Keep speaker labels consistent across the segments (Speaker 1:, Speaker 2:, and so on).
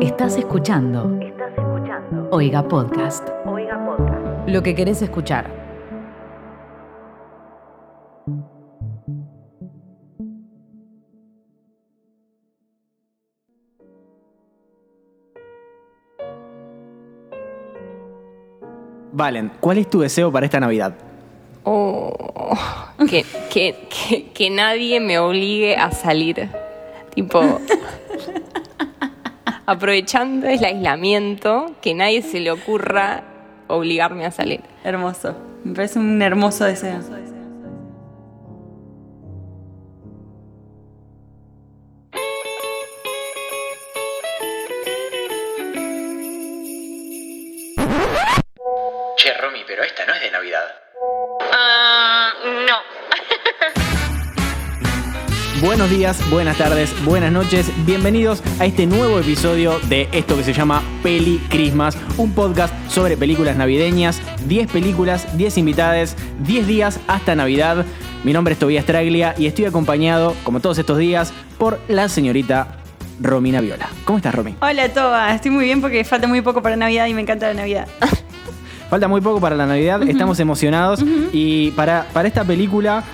Speaker 1: Estás escuchando. Estás escuchando. Oiga Podcast. Oiga Podcast. Lo que querés escuchar.
Speaker 2: Valen, ¿cuál es tu deseo para esta Navidad?
Speaker 3: Oh, que, que, que, que nadie me obligue a salir. Tipo, aprovechando el aislamiento, que nadie se le ocurra obligarme a salir.
Speaker 4: Hermoso. Me parece un hermoso deseo.
Speaker 5: Che, Romy, pero esta no es de Navidad.
Speaker 6: Ah, no.
Speaker 2: Buenos días, buenas tardes, buenas noches, bienvenidos a este nuevo episodio de esto que se llama Peli Christmas, un podcast sobre películas navideñas, 10 películas, 10 invitades, 10 días hasta Navidad. Mi nombre es Tobias Traglia y estoy acompañado, como todos estos días, por la señorita Romina Viola. ¿Cómo estás, Romy?
Speaker 4: Hola, Toba. Estoy muy bien porque falta muy poco para Navidad y me encanta la Navidad.
Speaker 2: Falta muy poco para la Navidad, estamos emocionados y para, para esta película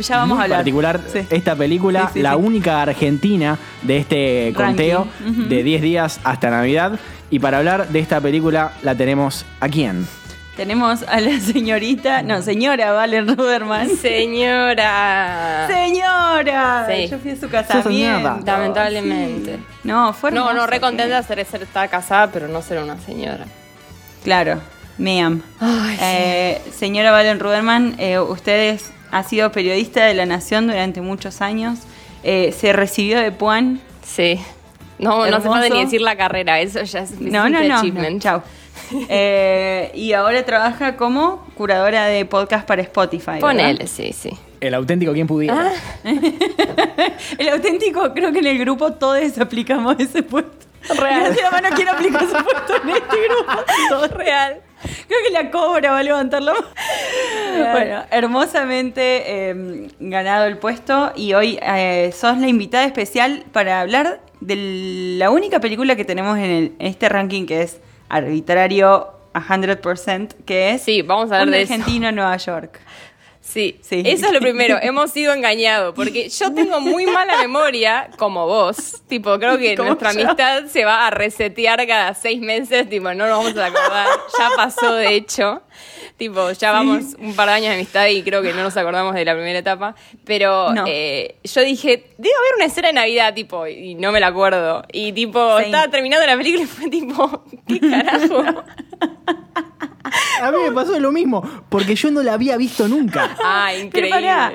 Speaker 4: Ya vamos
Speaker 2: muy
Speaker 4: a hablar.
Speaker 2: particular
Speaker 4: Sí.
Speaker 2: esta película,
Speaker 4: Sí, sí,
Speaker 2: la
Speaker 4: sí.
Speaker 2: única argentina de este
Speaker 4: Ranking.
Speaker 2: conteo
Speaker 4: Ujú.
Speaker 2: de 10 días hasta Navidad. Y para hablar de esta película la tenemos a quién?
Speaker 4: Tenemos a la señorita, no, señora Valen Ruderman.
Speaker 3: Señora.
Speaker 4: ¡Señora!
Speaker 3: Sí.
Speaker 4: Yo fui a su
Speaker 2: mierda.
Speaker 4: casamiento.
Speaker 3: Lamentablemente.
Speaker 4: No, fue
Speaker 3: No, no,
Speaker 4: hermoso.
Speaker 3: re contenta de ser, ser- estar casada, pero no ser una señora.
Speaker 4: Claro, ma'am.
Speaker 3: Ay, sí.
Speaker 4: Eh, señora Valen Ruderman, eh, usted es- ha sido periodista de La Nación durante muchos años. Eh, se recibió de Puan.
Speaker 3: Sí. No, no hace
Speaker 4: Hermoso.
Speaker 3: falta ni decir la carrera, eso ya es
Speaker 4: No, no,
Speaker 3: suficiente
Speaker 4: no.
Speaker 3: achievement.
Speaker 4: no, Chau. Eh, y ahora trabaja como curadora de podcast para Spotify. ¿verdad?
Speaker 3: Ponele, sí, sí.
Speaker 2: El auténtico quien pudiera.
Speaker 4: Ah. El auténtico, creo que en el grupo todos aplicamos ese puesto. Real. La mano quiere aplicar su puesto en este grupo. Todo real. Creo que la cobra va a levantarlo. Bueno, hermosamente eh, ganado el puesto y hoy eh, sos la invitada especial para hablar de la única película que tenemos en, el- en este ranking que es arbitrario 100%, que es
Speaker 3: Sí, vamos a hablar
Speaker 4: un
Speaker 3: de eso.
Speaker 4: argentino en Nueva York.
Speaker 3: Sí,
Speaker 4: Sí.
Speaker 3: Eso es lo primero. Hemos sido engañados. Porque yo tengo muy mala memoria, como vos. Tipo, creo que
Speaker 4: Como
Speaker 3: nuestra
Speaker 4: yo.
Speaker 3: amistad se va a resetear cada seis meses. Tipo, no nos vamos a acordar. Ya pasó, de hecho. Tipo, ya vamos un par de años de amistad y creo que no nos acordamos de la primera etapa. Pero
Speaker 4: No.
Speaker 3: eh, yo dije, debe haber una escena de Navidad, tipo, y no me la acuerdo. Y tipo,
Speaker 4: Sí.
Speaker 3: estaba terminando la película y fue tipo, ¿qué carajo? Ah,
Speaker 2: A mí me pasó lo mismo, porque yo no la había visto nunca.
Speaker 3: Ah,
Speaker 4: Pero
Speaker 3: increíble.
Speaker 4: pará,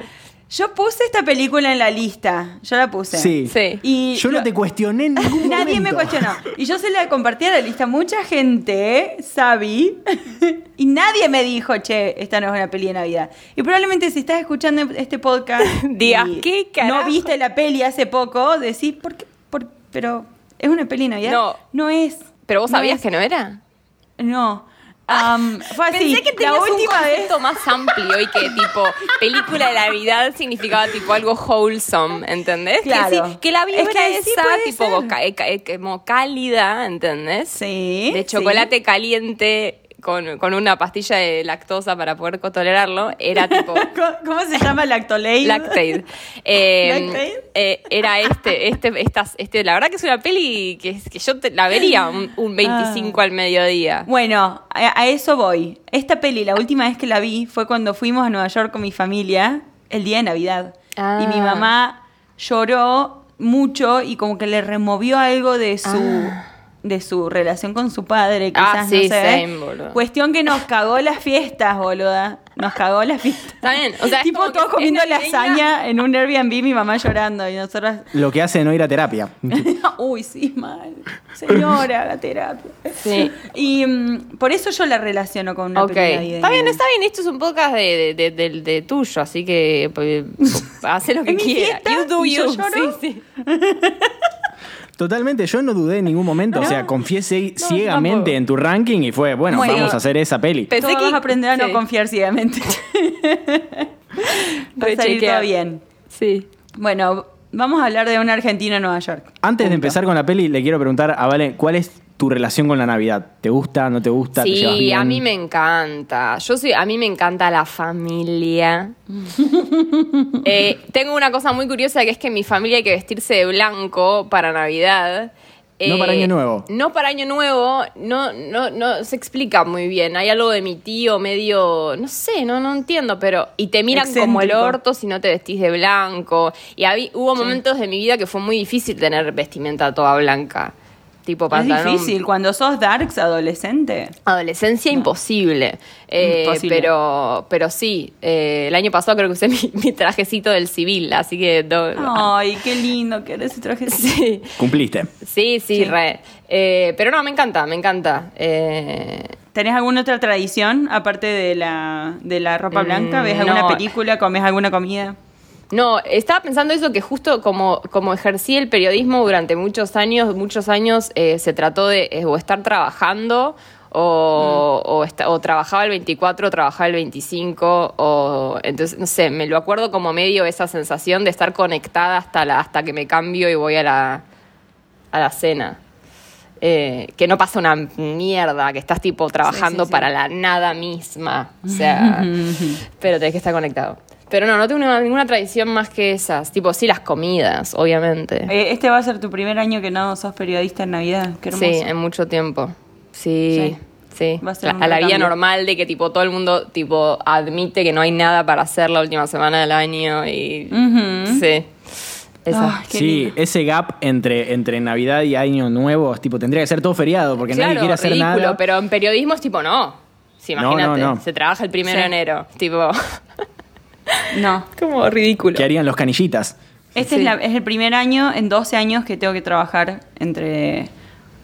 Speaker 4: yo puse esta película en la lista. Yo la puse.
Speaker 2: Sí.
Speaker 3: Sí.
Speaker 4: Y
Speaker 2: Yo no
Speaker 4: lo-
Speaker 2: te cuestioné en ningún momento.
Speaker 4: Nadie me cuestionó. Y yo se la compartí a la lista. Mucha gente, Sabi, y nadie me dijo, che, esta no es una peli de Navidad. Y probablemente si estás escuchando este podcast,
Speaker 3: Digas,
Speaker 4: y
Speaker 3: "¿Qué carajo?"
Speaker 4: No viste la peli hace poco, decís, ¿por qué? Por- pero, ¿es una peli de Navidad?
Speaker 3: No.
Speaker 4: No es.
Speaker 3: ¿Pero vos
Speaker 4: No
Speaker 3: sabías
Speaker 4: es.
Speaker 3: que no era?
Speaker 4: No. Am, fue así.
Speaker 3: Pensé que tenías
Speaker 4: la última
Speaker 3: un
Speaker 4: vez.
Speaker 3: concepto más amplio y que tipo película de Navidad significaba tipo algo wholesome, ¿entendés? Que
Speaker 4: Claro.
Speaker 3: sí, Que, la vibra
Speaker 4: Es
Speaker 3: es
Speaker 4: que sí
Speaker 3: esa
Speaker 4: puede
Speaker 3: tipo
Speaker 4: ser.
Speaker 3: ca- eh, ca- eh, como cálida, ¿entendés?
Speaker 4: Sí,
Speaker 3: De
Speaker 4: sí.
Speaker 3: chocolate caliente con, con una pastilla de lactosa para poder tolerarlo, era tipo
Speaker 4: ¿Cómo- ¿Cómo se llama Lactolate?
Speaker 3: Lactaid. Eh,
Speaker 4: Lactaid.
Speaker 3: eh, era este, este, estas, este, la verdad que es una peli que, que yo te- la vería un, un 25
Speaker 4: Ah.
Speaker 3: al mediodía.
Speaker 4: Bueno, a, a eso voy. Esta peli, la última vez que la vi fue cuando fuimos a Nueva York con mi familia, el día de Navidad.
Speaker 3: Ah.
Speaker 4: Y mi mamá lloró mucho y como que le removió algo de su, de su relación con su padre, quizás,
Speaker 3: Ah, sí,
Speaker 4: no sé.
Speaker 3: same, boludo.
Speaker 4: Cuestión que nos cagó las fiestas, boluda. Nos cagó las fiestas.
Speaker 3: Está bien, o sea, es
Speaker 4: tipo
Speaker 3: como que
Speaker 4: todos
Speaker 3: es
Speaker 4: comiendo
Speaker 3: navideña.
Speaker 4: lasaña en un Airbnb, mi mamá llorando y nosotros...
Speaker 2: Lo que hace es no ir a terapia.
Speaker 4: Uy, sí, mal. Señora, la terapia.
Speaker 3: Sí.
Speaker 4: Y mm, por eso yo la relaciono con una
Speaker 3: Ok.
Speaker 4: peli navideña.
Speaker 3: Está bien, está bien. Esto es un podcast de, de, de- de- de tuyo, así que pues, hace lo que
Speaker 4: Es mi
Speaker 3: quieras.
Speaker 4: fiesta, y yo lloro.
Speaker 3: Sí, sí.
Speaker 2: Totalmente, yo no dudé en ningún momento. O sea, confié ci- ciegamente en tu ranking y fue, bueno,
Speaker 4: Bueno.
Speaker 2: vamos a hacer esa peli.
Speaker 3: Pe- Pensé
Speaker 4: Todos
Speaker 3: que-
Speaker 4: vas a aprender a no
Speaker 3: sí.
Speaker 4: confiar ciegamente. Va a salir
Speaker 3: Rechequear.
Speaker 4: todo bien.
Speaker 3: Sí.
Speaker 4: Bueno, Vamos a hablar de una Argentina en Nueva York.
Speaker 2: Antes de
Speaker 4: Punto.
Speaker 2: empezar con la peli, le quiero preguntar a Vale, ¿cuál es tu relación con la Navidad? ¿Te gusta? ¿No te gusta? ¿Te llevas
Speaker 3: Sí,
Speaker 2: bien?
Speaker 3: a mí me encanta. Yo soy, a mí me encanta la familia. Eh, tengo una cosa muy curiosa que es que en mi familia hay que vestirse de blanco para Navidad. Eh,
Speaker 2: No para Año Nuevo.
Speaker 3: No para Año Nuevo, no, no, no se explica muy bien. Hay algo de mi tío medio, no sé, no, no entiendo, pero. Y te miran como el
Speaker 4: Excéntrico.
Speaker 3: orto si no te vestís de blanco. Y habí- hubo momentos de mi vida que fue muy difícil tener vestimenta toda blanca. Tipo
Speaker 4: Es
Speaker 3: pantalón
Speaker 4: difícil cuando sos darks adolescente.
Speaker 3: Adolescencia imposible. Eh,
Speaker 4: Imposible.
Speaker 3: Pero, pero sí, eh, el año pasado creo que usé mi, mi trajecito del civil, así que... do-
Speaker 4: Ay, qué lindo que era ese traje.
Speaker 3: Sí,
Speaker 2: Cumpliste.
Speaker 3: sí, sí, re. Eh, pero no, me encanta, me encanta. Eh,
Speaker 4: ¿Tenés alguna otra tradición aparte de la, de la ropa blanca? ¿Ves alguna
Speaker 3: Mm, no.
Speaker 4: película? ¿Comes alguna comida?
Speaker 3: no, estaba pensando eso que justo como, como ejercí el periodismo durante muchos años, muchos años eh, se trató de eh, o estar trabajando o, o, esta- o trabajaba el 24 o trabajaba el 25 o entonces no sé me lo acuerdo como medio esa sensación de estar conectada hasta la hasta que me cambio y voy a la a la cena Eh, que no pasa una mierda que estás tipo trabajando para la nada misma o sea pero tenés que estar conectado pero no no tengo una- ninguna tradición más que esas tipo sí las comidas obviamente
Speaker 4: Eh, este va a ser tu primer año que no sos periodista en Navidad. Qué hermoso.
Speaker 3: Sí, en mucho tiempo. Sí, sí.
Speaker 4: Va a ser
Speaker 3: La-
Speaker 4: un
Speaker 3: a la vida
Speaker 4: recambio.
Speaker 3: normal de que tipo todo el mundo tipo admite que no hay nada para hacer la última semana del año y
Speaker 4: Ujú.
Speaker 3: sí. Esa.
Speaker 4: Ay, qué
Speaker 2: Sí,
Speaker 4: lindo.
Speaker 2: ese gap entre, entre Navidad y Año Nuevo, es tipo, tendría que ser todo feriado porque nadie quiere hacer
Speaker 3: ridículo,
Speaker 2: nada.
Speaker 3: pero en periodismo es tipo no. Sí,
Speaker 2: No, no,
Speaker 3: imagínate,
Speaker 2: no.
Speaker 3: se trabaja el primero
Speaker 4: Sí.
Speaker 3: de enero, tipo
Speaker 4: No.
Speaker 3: como ridículo.
Speaker 2: ¿Qué harían los canillitas?
Speaker 4: Este es, la- es el primer año en 12 años que tengo que trabajar entre,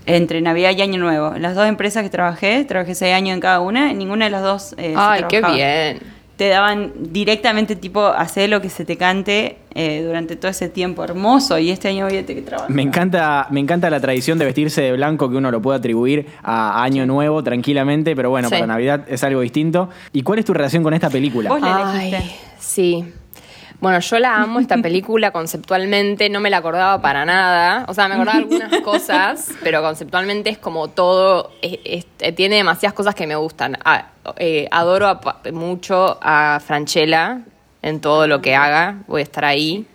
Speaker 4: entre Navidad y Año Nuevo. Las dos empresas que trabajé, trabajé 6 años en cada una, en ninguna de las dos. eh, se
Speaker 3: Ay, qué
Speaker 4: trabajaba.
Speaker 3: bien.
Speaker 4: Te daban directamente tipo, hacer lo que se te cante eh, durante todo ese tiempo hermoso y este año voy a tener que trabajar.
Speaker 2: Me encanta, me encanta la tradición de vestirse de blanco que uno lo puede atribuir a Año Nuevo tranquilamente, pero bueno,
Speaker 3: Sí.
Speaker 2: para Navidad es algo distinto. ¿Y cuál es tu relación con esta película?
Speaker 4: Vos- la
Speaker 3: Ay,
Speaker 4: elegiste.
Speaker 3: sí. Bueno, yo la amo esta película conceptualmente, no me la acordaba para nada. O sea, me acordaba algunas cosas, pero conceptualmente es como todo, es- es- eh, tiene demasiadas cosas que me gustan. A- eh, adoro a pa- mucho a Franchella en todo lo que haga, voy a estar ahí.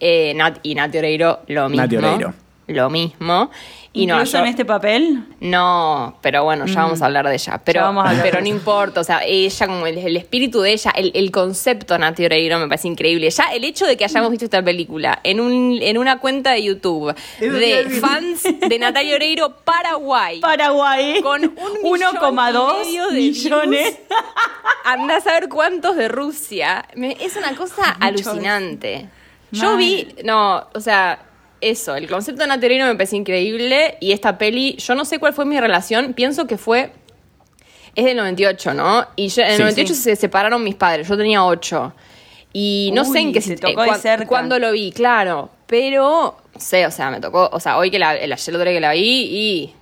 Speaker 3: Eh, Nat- y Nati Oreiro, lo mismo.
Speaker 2: Nati Oreiro.
Speaker 3: Lo mismo. Y no,
Speaker 4: Incluso en este papel,
Speaker 3: no, pero bueno, ya vamos a hablar de ella. Pero,
Speaker 4: Mm. vamos a hablar
Speaker 3: pero
Speaker 4: de
Speaker 3: no
Speaker 4: eso.
Speaker 3: importa, o sea, ella, como el, el espíritu de ella, el, el concepto Nati Oreiro me parece increíble. Ya el hecho de que hayamos visto esta película en, un, en una cuenta de YouTube de fans de Natalia Oreiro Paraguay.
Speaker 4: Paraguay
Speaker 3: Con un millón y medio
Speaker 4: 1,2
Speaker 3: de
Speaker 4: millones.
Speaker 3: Andás a ver cuántos de Rusia. Me- es una cosa
Speaker 4: Muchos.
Speaker 3: alucinante. Yo
Speaker 4: Mal.
Speaker 3: vi, no, o sea, eso, el concepto de Naterino me parece increíble y esta peli, yo no sé cuál fue mi relación, pienso que fue, es del 98, ¿no? Y yo- en el
Speaker 2: Sí.
Speaker 3: 98
Speaker 4: Sí.
Speaker 3: se separaron mis padres, yo tenía 8. Y no sé en
Speaker 4: Uy,
Speaker 3: qué
Speaker 4: te
Speaker 3: sit-
Speaker 4: tocó de
Speaker 3: cuán-
Speaker 4: cerca.
Speaker 3: cuándo lo vi, claro, pero no sé, o sea, me tocó, o sea, hoy que la, el ayer el otro día que la vi y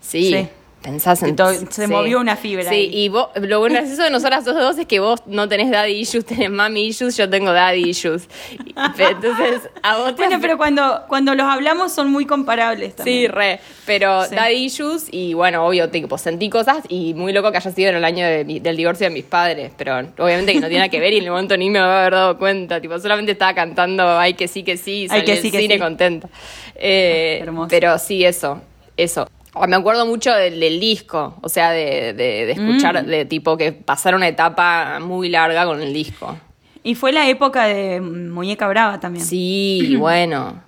Speaker 3: sí.
Speaker 4: Sí.
Speaker 3: Pensás en
Speaker 4: Te to- se movió una fibra
Speaker 3: Sí,
Speaker 4: ahí.
Speaker 3: y vos, lo bueno es eso de nosotras dos, dos es que vos no tenés daddy issues, tenés mami issues, yo tengo daddy issues. Y- Entonces, a vos te
Speaker 4: Bueno,
Speaker 3: afecta-
Speaker 4: pero cuando, cuando los hablamos son muy comparables
Speaker 3: Sí,
Speaker 4: también.
Speaker 3: re. Pero
Speaker 4: Sí.
Speaker 3: daddy issues y bueno, obvio, tipo, sentí cosas y muy loco que haya sido en el año de mi- del divorcio de mis padres, pero obviamente que no tiene nada que ver y en el momento ni me había dado cuenta, tipo, solamente estaba cantando Ay que sí, que sí, y
Speaker 4: Ay,
Speaker 3: salí
Speaker 4: que
Speaker 3: del
Speaker 4: sí, que
Speaker 3: cine
Speaker 4: sí.
Speaker 3: contenta. Eh,
Speaker 4: Ah, hermoso.
Speaker 3: pero sí, eso, eso. Ah, Me acuerdo mucho del, del disco, o sea, de, de- de
Speaker 4: Mm.
Speaker 3: escuchar, de tipo que pasar una etapa muy larga con el disco.
Speaker 4: Y fue la época de Muñeca Brava también.
Speaker 3: Sí, y bueno,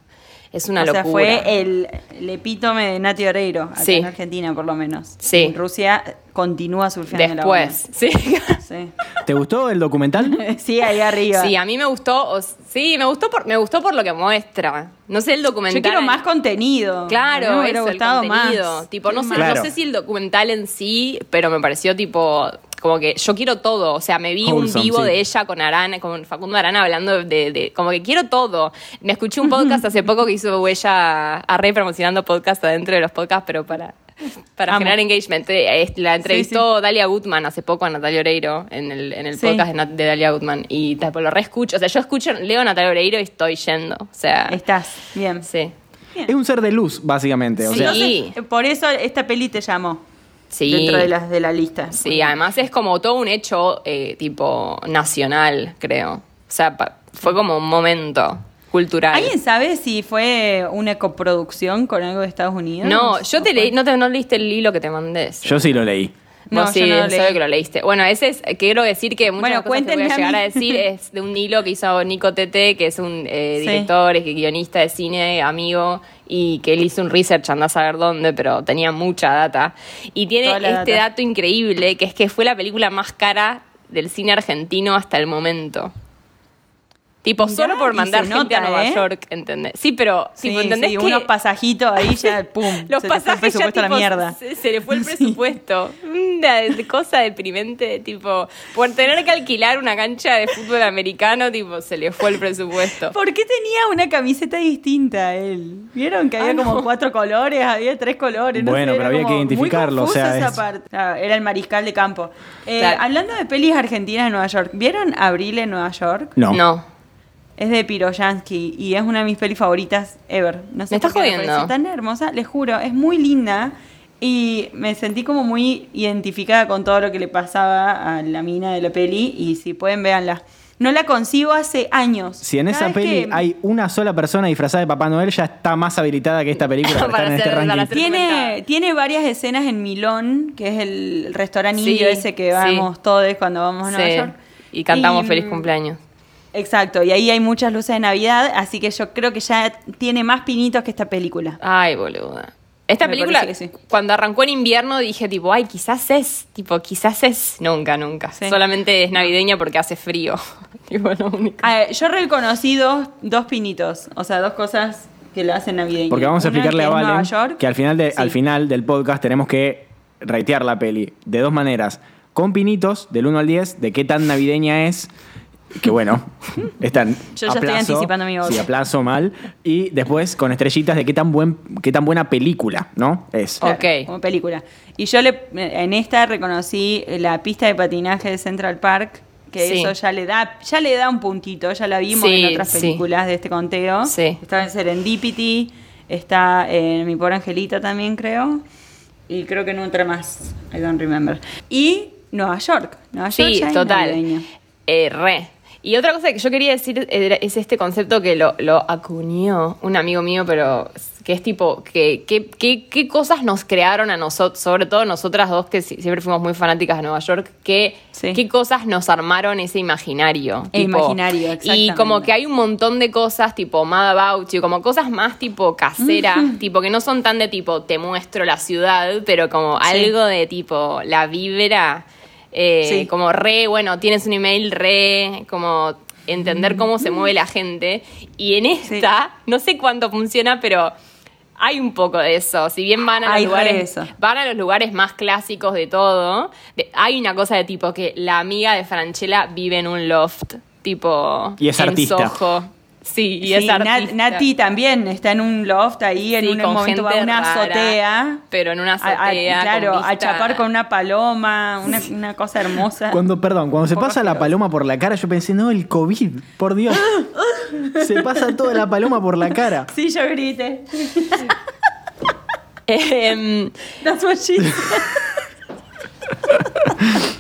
Speaker 3: es una
Speaker 4: o sea,
Speaker 3: locura.
Speaker 4: fue este el, el epítome de Nati Oreiro, acá
Speaker 3: Sí.
Speaker 4: en Argentina por lo menos.
Speaker 3: Sí.
Speaker 4: En Rusia continúa surfeando la
Speaker 3: Después, sí.
Speaker 4: ola. Sí.
Speaker 2: ¿Te gustó el documental?
Speaker 4: Sí, ahí arriba.
Speaker 3: Sí, a mí me gustó, o- sí, me gustó por, me gustó por lo que muestra. No sé el documental.
Speaker 4: Yo quiero más contenido. A mí
Speaker 3: Claro,
Speaker 4: me
Speaker 3: eso,
Speaker 4: hubiera
Speaker 3: el
Speaker 4: gustado
Speaker 3: contenido.
Speaker 4: más.
Speaker 3: Tipo, no sé,
Speaker 2: Claro.
Speaker 3: no sé si el documental en sí, pero me pareció tipo como que yo quiero todo. O sea, me vi
Speaker 2: Wholesome,
Speaker 3: un vivo
Speaker 2: sí.
Speaker 3: de ella con Arana, con Facundo Arana hablando de, de- como que quiero todo. Me escuché un podcast hace poco que hizo ella a re promocionando podcast adentro de los podcasts, pero para, para
Speaker 4: Amo.
Speaker 3: generar engagement. Eh, es- La entrevistó Dalia Gutman hace poco a Natalia Oreiro en el, en el
Speaker 4: Sí.
Speaker 3: podcast de, Nat- de Dalia Gutman. Y tipo, lo reescucho. O sea, yo escucho, leo a Natalia Oreiro y estoy yendo. O sea,
Speaker 4: Estás bien.
Speaker 3: sí.
Speaker 2: Es un ser de luz, básicamente. O
Speaker 3: Sí.
Speaker 2: sea,
Speaker 4: Entonces, eh, por eso esta peli te llamó.
Speaker 3: Sí.
Speaker 4: Dentro de, las, de la lista.
Speaker 3: Sí, además es como todo un hecho eh, tipo nacional, creo. O sea, pa- fue como un momento cultural.
Speaker 4: ¿Alguien sabe si fue una coproducción con algo de Estados Unidos?
Speaker 3: No, yo te
Speaker 4: fue?
Speaker 3: leí, no, te, no leíste el hilo que te mandé. sí.
Speaker 2: yo sí lo leí.
Speaker 4: No,
Speaker 3: Vos sí,
Speaker 4: yo no lo
Speaker 3: se ve
Speaker 4: leí.
Speaker 3: que lo leíste. Bueno, ese es, quiero decir que muchas
Speaker 4: Bueno,
Speaker 3: de las cosas que voy
Speaker 4: cuéntenme
Speaker 3: a
Speaker 4: a
Speaker 3: llegar a,
Speaker 4: mí.
Speaker 3: decir es de un hilo que hizo Nico Tete, que es un eh,
Speaker 4: Sí.
Speaker 3: director, es guionista de cine, amigo, y que él hizo un research, andá a saber dónde, pero tenía mucha data. Y tiene
Speaker 4: Toda la
Speaker 3: este
Speaker 4: data.
Speaker 3: dato increíble, que es que fue la película más cara del cine argentino hasta el momento. Tipo,
Speaker 4: Mirá,
Speaker 3: solo por
Speaker 4: y
Speaker 3: mandar
Speaker 4: se
Speaker 3: gente a
Speaker 4: nota,
Speaker 3: Nueva
Speaker 4: ¿eh?
Speaker 3: York, ¿entendés? Sí, pero,
Speaker 4: Sí,
Speaker 3: tipo, ¿entendés
Speaker 4: sí,
Speaker 3: que
Speaker 4: unos pasajitos ahí ya, pum.
Speaker 3: los
Speaker 4: se te fue el
Speaker 3: pasajes ya
Speaker 4: presupuesto a la
Speaker 3: tipo,
Speaker 4: mierda.
Speaker 3: Se, se le fue el presupuesto. Una de- cosa deprimente, tipo, por tener que alquilar una cancha de fútbol americano, tipo, se le fue el presupuesto.
Speaker 4: ¿Por qué tenía una camiseta distinta él? ¿Vieron que había
Speaker 3: Ah,
Speaker 4: como cuatro colores? Había tres colores. no
Speaker 2: Bueno,
Speaker 4: sé,
Speaker 2: pero
Speaker 4: era
Speaker 2: había
Speaker 4: como
Speaker 2: que identificarlo,
Speaker 4: muy
Speaker 2: o sea,
Speaker 4: confusa esa
Speaker 2: es-
Speaker 4: parte. Claro, era el mariscal de campo. Eh,
Speaker 3: Claro.
Speaker 4: Hablando de pelis argentinas de Nueva York, ¿vieron Abril en Nueva York?
Speaker 2: No.
Speaker 4: Es de Piroyansky y es una de mis pelis favoritas ever. No sé
Speaker 3: Me estás
Speaker 4: por qué,
Speaker 3: jodiendo.
Speaker 4: pareció tan hermosa, les juro, es muy linda y me sentí como muy identificada con todo lo que le pasaba a la mina de la peli y si pueden véanla. No la consigo hace años.
Speaker 2: Si en esa
Speaker 4: Cada vez
Speaker 2: peli
Speaker 4: que-
Speaker 2: hay una sola persona disfrazada de Papá Noel, ya está más habilitada que esta película para,
Speaker 3: Para
Speaker 2: estar en este
Speaker 3: hacer-
Speaker 2: ranking.
Speaker 3: para hacer-
Speaker 4: Tiene,
Speaker 3: documental.
Speaker 4: tiene varias escenas en Milón, que es el restaurante
Speaker 3: Sí,
Speaker 4: indio ese que
Speaker 3: sí.
Speaker 4: vamos todos cuando vamos a Nueva
Speaker 3: Sí.
Speaker 4: York.
Speaker 3: Y cantamos
Speaker 4: Y,
Speaker 3: feliz
Speaker 4: mm,
Speaker 3: cumpleaños.
Speaker 4: Exacto, y ahí hay muchas luces de Navidad, así que yo creo que ya tiene más pinitos que esta película.
Speaker 3: Ay, boluda. Esta
Speaker 4: Me
Speaker 3: película,
Speaker 4: parece que sí.
Speaker 3: cuando arrancó en invierno, dije tipo, ay, quizás es, tipo, quizás es, nunca, nunca.
Speaker 4: Sí.
Speaker 3: Solamente es navideña porque hace frío. tipo, lo único.
Speaker 4: A ver, yo reconocí dos, dos pinitos, o sea, dos cosas que la hacen navideña.
Speaker 2: Porque vamos a
Speaker 4: Una,
Speaker 2: explicarle
Speaker 4: que
Speaker 2: a
Speaker 4: es
Speaker 2: Valen
Speaker 4: Nueva York.
Speaker 2: que al final, de-
Speaker 4: Sí.
Speaker 2: al final del podcast tenemos que reitear la peli de dos maneras. Con pinitos, del 1 al 10, de qué tan navideña es. Que bueno, están.
Speaker 4: Yo ya estoy anticipando mi voto.
Speaker 2: Sí, aplazo mal. Y después con estrellitas de qué tan, buen, qué tan buena película, ¿no? Es.
Speaker 3: Oh.
Speaker 4: Claro,
Speaker 3: Ok.
Speaker 4: Como película. Y yo le, en esta reconocí la pista de patinaje de Central Park, que
Speaker 3: Sí.
Speaker 4: eso ya le da, ya le da un puntito, ya la vimos
Speaker 3: Sí,
Speaker 4: en otras
Speaker 3: sí.
Speaker 4: películas de este conteo.
Speaker 3: Sí.
Speaker 4: Está en Serendipity, está en Mi pobre angelita también creo. Y creo que en otra más, I don't remember. Y Nueva York. Nueva York
Speaker 3: Sí,
Speaker 4: ya es navideño.
Speaker 3: total. Eh, re. Y otra cosa que yo quería decir era- es este concepto que lo, lo acuñó un amigo mío, pero que es tipo, que, que- que- qué cosas nos crearon a nosotros, sobre todo nosotras dos que si- siempre fuimos muy fanáticas de Nueva York, que,
Speaker 4: Sí.
Speaker 3: qué cosas nos armaron ese imaginario.
Speaker 4: El imaginario,
Speaker 3: Y
Speaker 4: exactamente.
Speaker 3: como que hay un montón de cosas tipo Mad About You, como cosas más tipo caseras, tipo que no son tan de tipo te muestro la ciudad, pero como algo de tipo la vibra. eh,
Speaker 4: Sí.
Speaker 3: Como re, bueno, tienes un email re, como entender cómo se mueve la gente. Y en esta, no sé cuánto funciona, pero hay un poco de eso. Si bien van a los
Speaker 4: Hay re
Speaker 3: lugares.
Speaker 4: eso.
Speaker 3: Van a los lugares más clásicos de todo. De- hay una cosa de tipo que la amiga de Franchella vive en un loft. Tipo.
Speaker 2: Y es
Speaker 3: en
Speaker 2: artista.
Speaker 3: Soho. Sí, y es
Speaker 4: Sí, Nat-
Speaker 3: artista.
Speaker 4: Nati también está en un loft ahí, en
Speaker 3: Sí,
Speaker 4: un
Speaker 3: con
Speaker 4: momento va a
Speaker 3: gente
Speaker 4: una
Speaker 3: rara,
Speaker 4: azotea.
Speaker 3: Pero en una
Speaker 4: A- a-
Speaker 3: azotea. con
Speaker 4: claro, a
Speaker 3: vista-
Speaker 4: chapar con una paloma, una, una cosa hermosa.
Speaker 2: Cuando, perdón, cuando se
Speaker 4: poco
Speaker 2: pasa la
Speaker 4: asqueroso.
Speaker 2: paloma por la cara, yo pensé, no, el COVID, por Dios. Se pasa toda la paloma por la cara.
Speaker 4: Sí, yo grité.
Speaker 3: Em,
Speaker 4: That's what she said.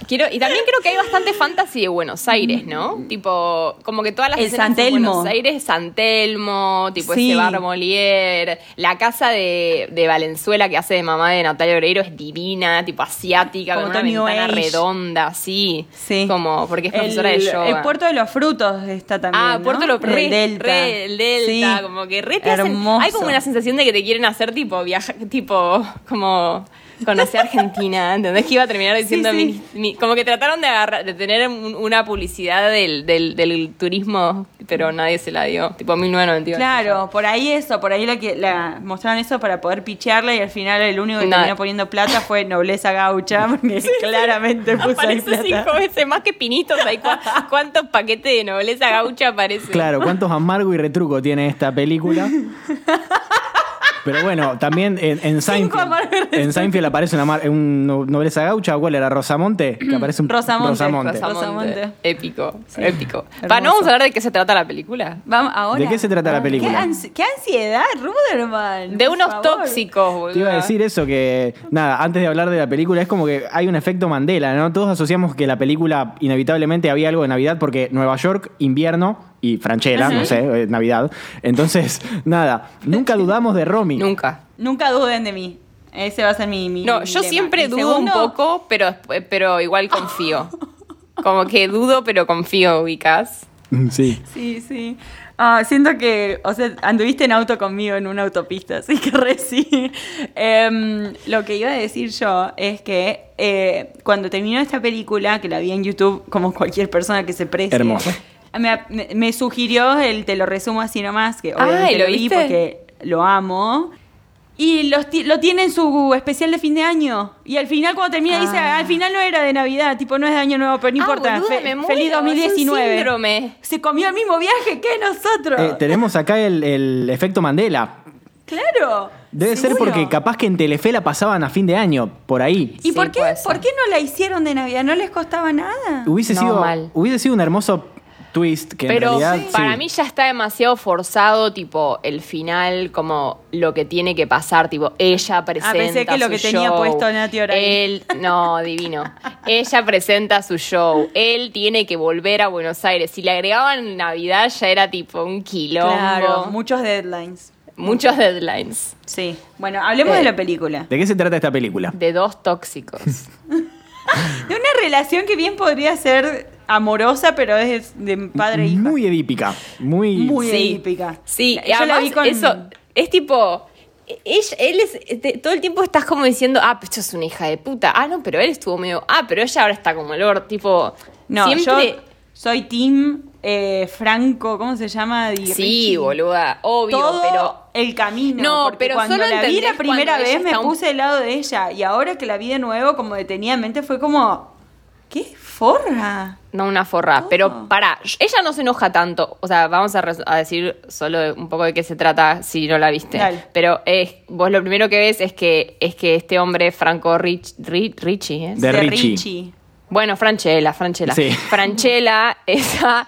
Speaker 3: Quiero, y también creo que hay bastante fantasy de Buenos Aires, ¿no? Tipo, como que todas las
Speaker 4: Mm. El
Speaker 3: escenas
Speaker 4: San
Speaker 3: en
Speaker 4: Telmo.
Speaker 3: Buenos Aires, San Telmo, tipo
Speaker 4: Sí.
Speaker 3: ese bar Molière, la casa de, de Valenzuela que hace de mamá de Natalia Oreiro es divina, tipo asiática,
Speaker 4: Como
Speaker 3: con una
Speaker 4: Tony
Speaker 3: ventana
Speaker 4: Age.
Speaker 3: redonda, sí.
Speaker 4: Sí.
Speaker 3: Como, porque es profesora
Speaker 4: el, eh,
Speaker 3: de yoga.
Speaker 4: El Puerto de los Frutos está también.
Speaker 3: Ah, Puerto
Speaker 4: ¿no?
Speaker 3: Lo re,
Speaker 4: El Delta.
Speaker 3: re, el Delta,
Speaker 4: Sí.
Speaker 3: como que re te hacen-
Speaker 4: Hermoso.
Speaker 3: Hay como una sensación de que te quieren hacer tipo viajar, tipo, como conocí a Argentina, ¿entendés? Que iba a terminar diciendo
Speaker 4: Sí, sí.
Speaker 3: mi- mi- como que trataron de agarrar, de tener un- una publicidad del, del, del turismo, pero nadie se la dio, tipo 1998.
Speaker 4: Claro, por ahí eso, por ahí la que la mostraron eso para poder pichearla y al final el único que
Speaker 3: No.
Speaker 4: terminó poniendo plata fue nobleza gaucha, porque claramente puso ahí
Speaker 3: Aparece
Speaker 4: plata.
Speaker 3: cinco veces más que pinitos. Hay cua- ¿Cuántos paquetes de nobleza gaucha aparecen?
Speaker 2: Claro, cuántos amargo y retruco tiene esta película. Pero bueno, también en, en Seinfeld,
Speaker 4: amargo y retruco.
Speaker 2: en Seinfeld aparece una, mar- un no- nobleza gaucha, ¿cuál era? ¿Rosamonte? Que aparece un
Speaker 4: Rosamonte, Rosamonte.
Speaker 3: Rosamonte. Épico, épico.
Speaker 4: Hermoso.
Speaker 3: Pa, ¿no vamos a hablar de qué se trata la película?
Speaker 4: Vamos, ahora.
Speaker 2: ¿De qué se trata la
Speaker 4: ¿Qué
Speaker 2: película?
Speaker 4: ans- ¿Qué, ansiedad, Ruderman?
Speaker 3: De
Speaker 4: por
Speaker 3: unos
Speaker 4: favor.
Speaker 3: tóxicos, boludo.
Speaker 2: Te iba a decir eso, que nada, antes de hablar de la película, es como que hay un efecto Mandela, ¿no? Todos asociamos que la película inevitablemente había algo de Navidad porque Nueva York, invierno y franchera, no sé, eh, Navidad. Entonces, nada, nunca dudamos de Romy.
Speaker 3: Nunca.
Speaker 4: Nunca duden de mí. Ese va a ser mi. mi-
Speaker 3: No,
Speaker 4: mi
Speaker 3: yo
Speaker 4: tema.
Speaker 3: siempre
Speaker 4: Y
Speaker 3: dudo un
Speaker 4: segundo,
Speaker 3: poco, pero, despu- pero igual confío. Como que dudo, pero confío, ubicás.
Speaker 2: Sí.
Speaker 4: Sí, sí. Ah, siento que, o sea, anduviste en auto conmigo en una autopista, así que re sí. Em, lo que iba a decir yo es que eh, cuando terminó esta película, que la vi en YouTube, como cualquier persona que se preste.
Speaker 2: Hermosa.
Speaker 4: Me, me- me sugirió el te lo resumo así nomás, que obviamente
Speaker 3: ¿lo
Speaker 4: lo, vi
Speaker 3: viste?
Speaker 4: porque lo amo. Y los ti- lo tiene en su especial de fin de año. Y al final, cuando termina, dice: Al final no era de Navidad, tipo, no es de año nuevo, pero no
Speaker 3: Ah,
Speaker 4: importa.
Speaker 3: boluda,
Speaker 4: fe-
Speaker 3: me muero,
Speaker 4: feliz
Speaker 3: es un
Speaker 4: 2019.
Speaker 3: síndrome.
Speaker 4: Se comió el mismo viaje que nosotros.
Speaker 2: Eh, tenemos acá el, el efecto Mandela.
Speaker 4: claro.
Speaker 2: Debe ser
Speaker 4: seguro.
Speaker 2: porque capaz que en Telefe la pasaban a fin de año, por ahí.
Speaker 4: ¿Y
Speaker 3: Sí,
Speaker 4: por, qué,
Speaker 3: puede ser.
Speaker 4: por qué no la hicieron de Navidad? ¿No les costaba nada?
Speaker 2: Hubiese,
Speaker 3: No,
Speaker 2: sido,
Speaker 3: mal.
Speaker 2: hubiese sido un hermoso twist que
Speaker 3: Pero
Speaker 2: en realidad...
Speaker 3: para
Speaker 2: sí.
Speaker 3: mí ya está demasiado forzado, tipo, el final, como lo que tiene que pasar, tipo, ella presenta
Speaker 4: Ah, pensé que lo
Speaker 3: su
Speaker 4: que tenía
Speaker 3: show,
Speaker 4: puesto Nati Oreilly.
Speaker 3: Él, no, divino. ella presenta su show, él tiene que volver a Buenos Aires. Si le agregaban Navidad ya era tipo un quilombo.
Speaker 4: Claro, muchos deadlines.
Speaker 3: Muchos deadlines
Speaker 4: Sí. Bueno, hablemos
Speaker 3: Eh.
Speaker 4: de la película.
Speaker 2: ¿De qué se trata esta película?
Speaker 3: de dos tóxicos.
Speaker 4: De una relación que bien podría ser amorosa, pero es de padre e hija.
Speaker 2: Muy edípica. Muy...
Speaker 4: Muy
Speaker 3: Sí.
Speaker 4: edípica.
Speaker 3: Sí,
Speaker 4: Yo
Speaker 3: y además
Speaker 4: la vi con-
Speaker 3: eso es tipo e-, ella- él es te- todo el tiempo estás como diciendo, "Ah, pero ella es una hija de puta." Ah, no, pero él estuvo medio, "Ah, pero ella ahora está como el or, tipo
Speaker 4: No,
Speaker 3: siempre
Speaker 4: yo soy Tim eh, Franco, ¿cómo se llama? Di
Speaker 3: Sí,
Speaker 4: Ricci.
Speaker 3: boluda, obvio,
Speaker 4: Todo
Speaker 3: pero
Speaker 4: el camino.
Speaker 3: No,
Speaker 4: porque
Speaker 3: pero
Speaker 4: cuando
Speaker 3: solo
Speaker 4: la vi
Speaker 3: entendés
Speaker 4: la primera
Speaker 3: cuando ella
Speaker 4: vez me
Speaker 3: está un-
Speaker 4: puse del lado de ella y ahora que la vi de nuevo como detenidamente fue como qué forra.
Speaker 3: no una forra, pero pará, ella no se enoja tanto, o sea, vamos a, res- a decir solo de- un poco de qué se trata si no la viste,
Speaker 4: Dale.
Speaker 3: pero es, vos lo primero que ves es que es que este hombre Franco Rich, Ri- ¿eh? Ricci, ¿es?
Speaker 2: De Ricci.
Speaker 3: Bueno, Franchella, Franchella.
Speaker 2: Sí.
Speaker 3: Franchella esa,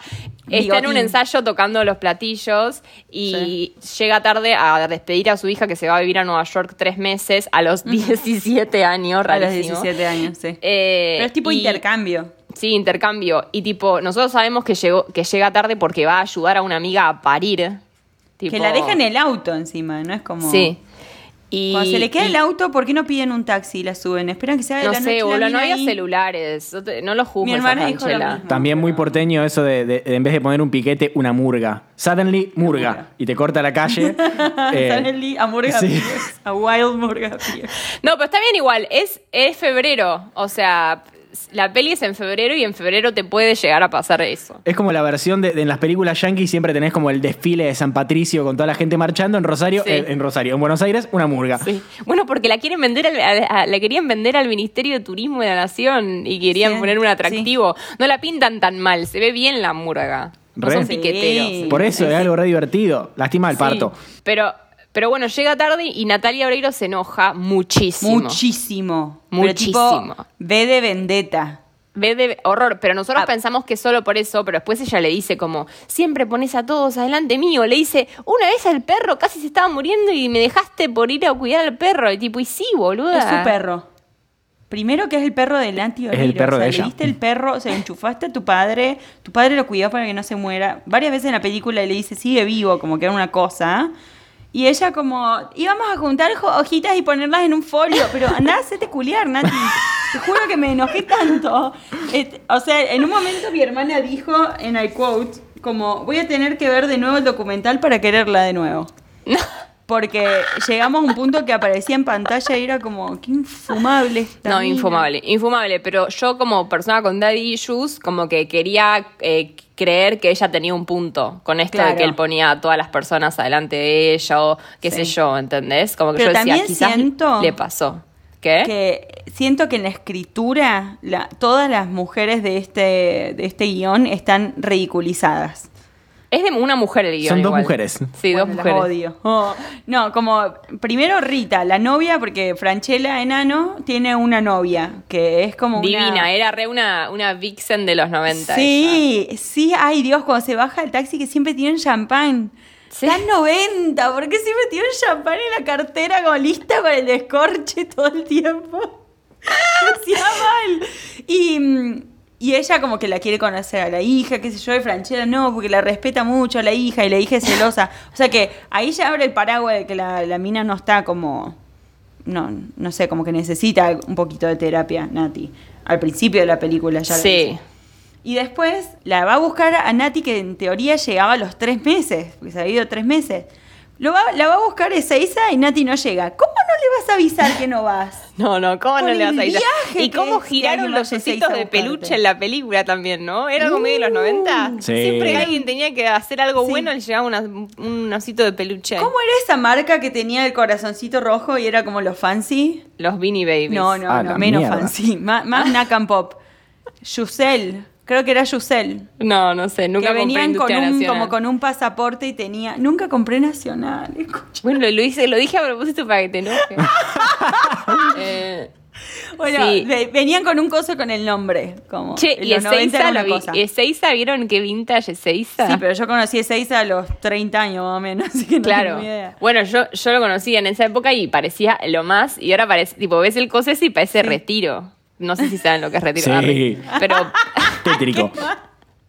Speaker 3: está en
Speaker 4: Bigotín.
Speaker 3: un ensayo tocando los platillos y llega tarde a despedir a su hija que se va a vivir a Nueva York tres meses a los 17 años,
Speaker 4: A los
Speaker 3: rarísimo.
Speaker 4: 17 años, sí.
Speaker 3: Eh,
Speaker 4: pero es tipo
Speaker 3: y-
Speaker 4: intercambio.
Speaker 3: Sí, intercambio. Y tipo, nosotros sabemos que, llegó, que llega tarde porque va a ayudar a una amiga a parir.
Speaker 4: que
Speaker 3: Tipo-
Speaker 4: la deja en el auto encima, no es como
Speaker 3: Sí. Y,
Speaker 4: Cuando se le queda
Speaker 3: y-
Speaker 4: el auto, ¿por qué no piden un taxi y la suben? Esperan que se haga
Speaker 3: No
Speaker 4: la noche.
Speaker 3: sé,
Speaker 4: la
Speaker 3: boludo, no
Speaker 4: mina
Speaker 3: había
Speaker 4: ahí.
Speaker 3: celulares. No te- No lo juzgo.
Speaker 4: Mi
Speaker 3: esa
Speaker 4: hermana dijo lo
Speaker 3: Franchella.
Speaker 4: mismo.
Speaker 2: También muy porteño eso de, de- de en vez de poner un piquete, una murga. Suddenly, murga.
Speaker 4: murga.
Speaker 2: Y te corta la calle. Eh,
Speaker 4: Suddenly, a Murga
Speaker 2: sí.
Speaker 4: Pierce, a Wild Murga Pierce.
Speaker 3: No, pero está bien igual, es, es febrero. O sea, la peli es en febrero y en febrero te puede llegar a pasar eso.
Speaker 2: Es como la versión de, de en las películas yankees siempre tenés como el desfile de San Patricio con toda la gente marchando en Rosario, eh,
Speaker 3: Sí.
Speaker 2: en, en Rosario, en Buenos Aires, una murga.
Speaker 3: Sí. Bueno, porque la quieren vender al, a- a- la querían vender al Ministerio de Turismo de la Nación y querían
Speaker 4: Sí,
Speaker 3: poner un atractivo. No la pintan tan mal, se ve bien la murga. No
Speaker 2: Re.
Speaker 3: son piqueteros.
Speaker 4: Sí.
Speaker 2: Por eso es algo re divertido. Lastima el parto.
Speaker 3: Sí, Pero, pero bueno, llega tarde y Natalia Oreiro se enoja muchísimo.
Speaker 4: Muchísimo. Pero
Speaker 3: Muchísimo.
Speaker 4: tipo, ve de vendetta.
Speaker 3: Ve de horror, pero nosotros
Speaker 4: Ah.
Speaker 3: pensamos que solo por eso, pero después ella le dice como, siempre pones a todos adelante mío, le dice, una vez al perro casi se estaba muriendo y me dejaste por ir a cuidar al perro, y tipo, y sí, boluda.
Speaker 4: Es su perro. Primero que es el perro de Lanti
Speaker 2: el perro
Speaker 4: o sea,
Speaker 2: de
Speaker 4: le
Speaker 2: ella.
Speaker 4: diste el perro, se lo enchufaste a tu padre, tu padre lo cuidó para que no se muera. Varias veces en la película le dice, sigue vivo, como que era una cosa. Y ella como, íbamos a juntar jo- hojitas y ponerlas en un folio, pero andá, hacete culiar, Nati. Te juro que me enojé tanto. Et- o sea, en un momento mi hermana dijo, en I quote, como, voy a tener que ver de nuevo el documental para quererla de nuevo. Porque llegamos a un punto que aparecía en pantalla y era como, qué infumable esta
Speaker 3: No,
Speaker 4: mina.
Speaker 3: infumable, infumable. Pero yo como persona con daddy issues, como que quería eh, creer que ella tenía un punto con esto de
Speaker 4: Claro.
Speaker 3: que él ponía a todas las personas adelante de ella o qué sé
Speaker 4: Sí.
Speaker 3: yo, ¿entendés? Como que
Speaker 4: Pero
Speaker 3: yo decía,
Speaker 4: también
Speaker 3: quizás
Speaker 4: siento
Speaker 3: le pasó. ¿Qué?
Speaker 4: Que siento que en la escritura la- todas las mujeres de este, de este guión están ridiculizadas.
Speaker 3: Es de una mujer el guión
Speaker 2: Son dos
Speaker 3: igual.
Speaker 2: mujeres.
Speaker 3: Sí,
Speaker 4: Bueno,
Speaker 3: dos
Speaker 4: las
Speaker 3: mujeres.
Speaker 4: odio. Oh, No, como primero Rita, la novia, porque Franchella Enano tiene una novia que es como
Speaker 3: Divina,
Speaker 4: una...
Speaker 3: era re una, una vixen de los 90.
Speaker 4: Sí, sí, ay Dios, cuando se baja el taxi que siempre tienen champán.
Speaker 3: Sí.
Speaker 4: Están 90, ¿por qué siempre tienen champán en la cartera como lista con el descorche todo el tiempo? Hacía mal. Y, mm, y ella como que la quiere conocer a la hija, qué sé yo, y Franchella no, porque la respeta mucho a la hija y la hija es celosa. O sea que ahí ya abre el paraguas de que la, la mina no está como... No, no sé, como que necesita un poquito de terapia, Nati. Al principio de la película ya
Speaker 3: esa.
Speaker 4: lo
Speaker 3: Sí.
Speaker 4: dice. Y después la va a buscar a Nati, que en teoría llegaba a los tres meses, porque se había ido tres meses. Lo va- la va a buscar Ezeiza y Nati no llega. ¿Cómo no le vas a avisar que no vas?
Speaker 3: No, no, ¿cómo no
Speaker 4: Por
Speaker 3: le vas
Speaker 4: el
Speaker 3: a ir?
Speaker 4: viaje
Speaker 3: Y
Speaker 4: que
Speaker 3: cómo
Speaker 4: es que
Speaker 3: giraron
Speaker 4: alguien
Speaker 3: los
Speaker 4: vaya a
Speaker 3: ositos
Speaker 4: Ezeiza a
Speaker 3: de peluche
Speaker 4: buscarte.
Speaker 3: en la película también, ¿no? ¿Era como medio de los 90?
Speaker 2: Sí.
Speaker 3: Siempre que alguien tenía que hacer algo
Speaker 4: Sí.
Speaker 3: bueno, le llegaba una- un osito de peluche.
Speaker 4: ¿Cómo era esa marca que tenía el corazoncito rojo y era como los fancy?
Speaker 3: Los Beanie Babies.
Speaker 4: No, no,
Speaker 2: Ah,
Speaker 4: no,
Speaker 2: la
Speaker 4: menos
Speaker 2: mierda.
Speaker 4: fancy. Má-
Speaker 3: Ah.
Speaker 4: Más Nack and Pop. Yusel, creo que era Yusel.
Speaker 3: No, no sé, nunca
Speaker 4: que venían
Speaker 3: compré
Speaker 4: con
Speaker 3: Industria
Speaker 4: un,
Speaker 3: Nacional.
Speaker 4: como con un pasaporte y tenía. Nunca compré nacional. escucha.
Speaker 3: Bueno, lo, hice, lo dije a propósito para que te enojes. eh,
Speaker 4: Bueno,
Speaker 3: Sí.
Speaker 4: ve- venían con un coso con el nombre. Como
Speaker 3: che,
Speaker 4: en
Speaker 3: y
Speaker 4: los 90
Speaker 3: Ezeiza,
Speaker 4: era
Speaker 3: lo
Speaker 4: una
Speaker 3: vi-
Speaker 4: cosa.
Speaker 3: Ezeiza, ¿vieron qué vintage Ezeiza?
Speaker 4: Sí, pero yo conocí a Ezeiza a los 30 años más o menos, así que no
Speaker 3: Claro.
Speaker 4: tengo ni idea.
Speaker 3: Bueno, yo, yo lo conocía en esa época y parecía lo más. Y ahora parece, tipo, ves el coces y parece retiro. No sé si saben lo que es retiro.
Speaker 2: Sí.
Speaker 3: arre. Pero
Speaker 2: Tétrico.